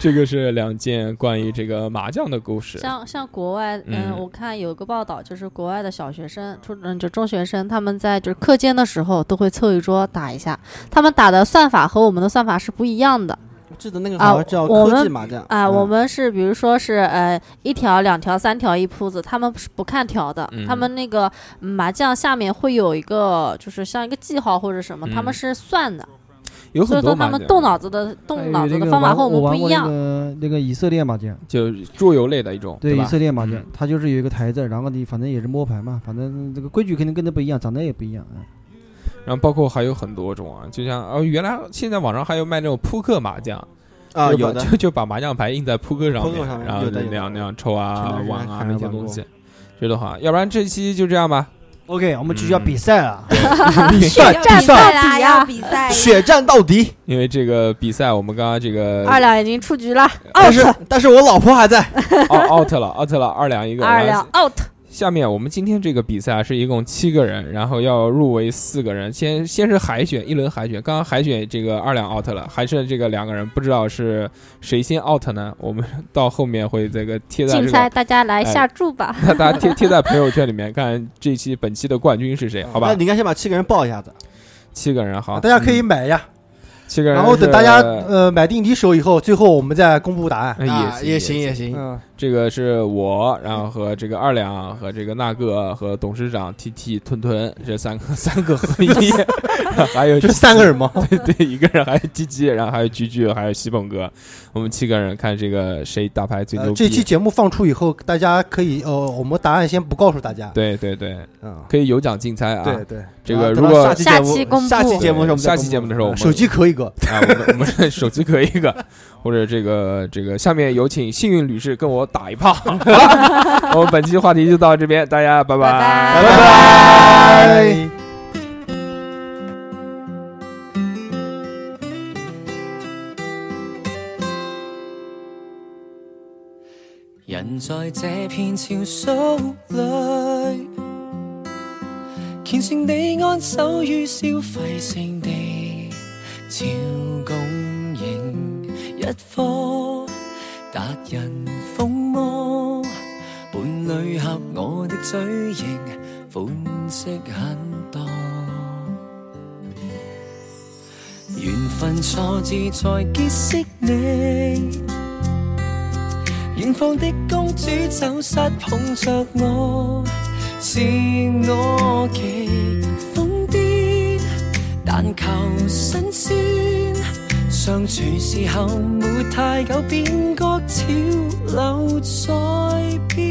这个是两件关于这个麻将的故事。像像国外，嗯，嗯我看有个报道，就是国外的小学生、初嗯就中学生，他们在就是课间的时候都会凑一桌打一下，他们打的算法和我们的算法是不一样的。我记得那个啊好像叫，我科技们麻将啊，嗯我们是比如说是呃一条、两条、三条一铺子，他们是不看条的，嗯他们那个麻将下面会有一个就是像一个记号或者什么，他们嗯是算的，有所以很说多他麻们将，动脑子的还动有脑子那哎的个方法玩和我玩们不一过那样。个那个以色列麻将，就桌游类的一种，对吧？以色列麻将，嗯它就是有一个台子，然后你反正也是摸牌嘛，反正这个规矩肯定跟那不一样，长得也不一样。嗯啊然后包括还有很多种啊，就像哦，原来现在网上还有卖那种扑克麻将，啊就是把有的就就把麻将牌印在扑克上扑克上面，面然后有的就有那的样那样抽啊真的是玩啊还那没些玩东过西，觉得好。要不然这期就这样吧。 OK，我们继续要比赛啊了，比赛血战比赛啦，要比 [laughs] 哎赛，战到底。因为这个比赛，我们刚刚这个二两已经出局了，但哎是 out 但是我老婆还在哦，out 了 out 了，二两一个。二然两后 out，下面我们今天这个比赛啊是一共七个人，然后要入围四个人，先先是海选一轮海选，刚刚海选这个二两 out 了，还剩这个两个人，不知道是谁先 out 呢？我们 [laughs] 到后面会这个贴在这竞个猜大家来哎下注吧。那 [laughs] 大家贴贴在朋友圈里面，看这期本期的冠军是谁，好吧？那你应该先把七个人报一下子，七个人好，大家可以嗯买呀。七个人，然后等大家呃买定离手以后，最后我们再公布答案。啊也行也行嗯这个是我，然后和这个二两和这个那个和董事长 T T 吞吞这三个三个合 [laughs] 一， [laughs] 还有这三个人吗？对对，一个人还有鸡鸡，然后还有菊菊，还有西本哥，我们七个人看这个谁打牌最呃牛逼。这期节目放出以后，大家可以呃，我们答案先不告诉大家。嗯对对对，可以有奖竞猜啊！对对这然个后如等到果下期节目下期公布下期节目的时候我们再下期节目的时候我们，手机壳一个啊，我们我们手机壳一个，或者这个这个，下面有请幸运女士跟我打一炮。 [laughs] 好了，我们本期话题就到这边，大家拜拜拜拜。人在這片潮騷裏，虔誠地安守於消費性地照供應一科達人風魔，伴侶合我的嘴型，款式很多。緣分錯字才結識你。遠方的公主走失，碰着我，是我奇瘋癲，但求新鮮。相處時候沒太久，便覺潮流在變。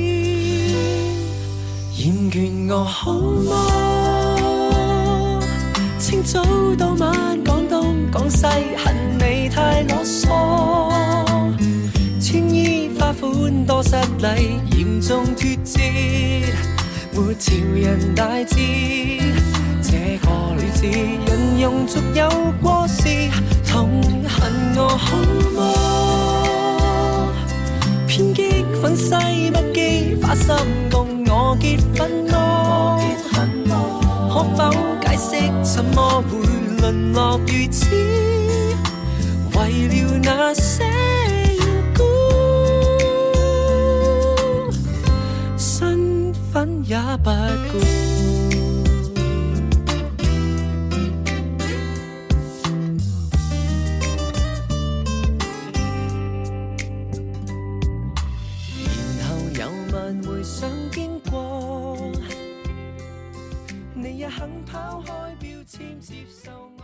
厭倦我好麼？清早到晚講東講西，恨你太囉嗦。穿衣花款多失禮，嚴重脱節，沒潮人大志。這個女子人用俗有過時，痛恨我好麼？偏激憤世不羈，花心共我結婚咯。可否解釋怎麼會淪落如此？為了那些緣故，身份也不顧。然後有晚回想經過，你也肯拋開標籤接受我。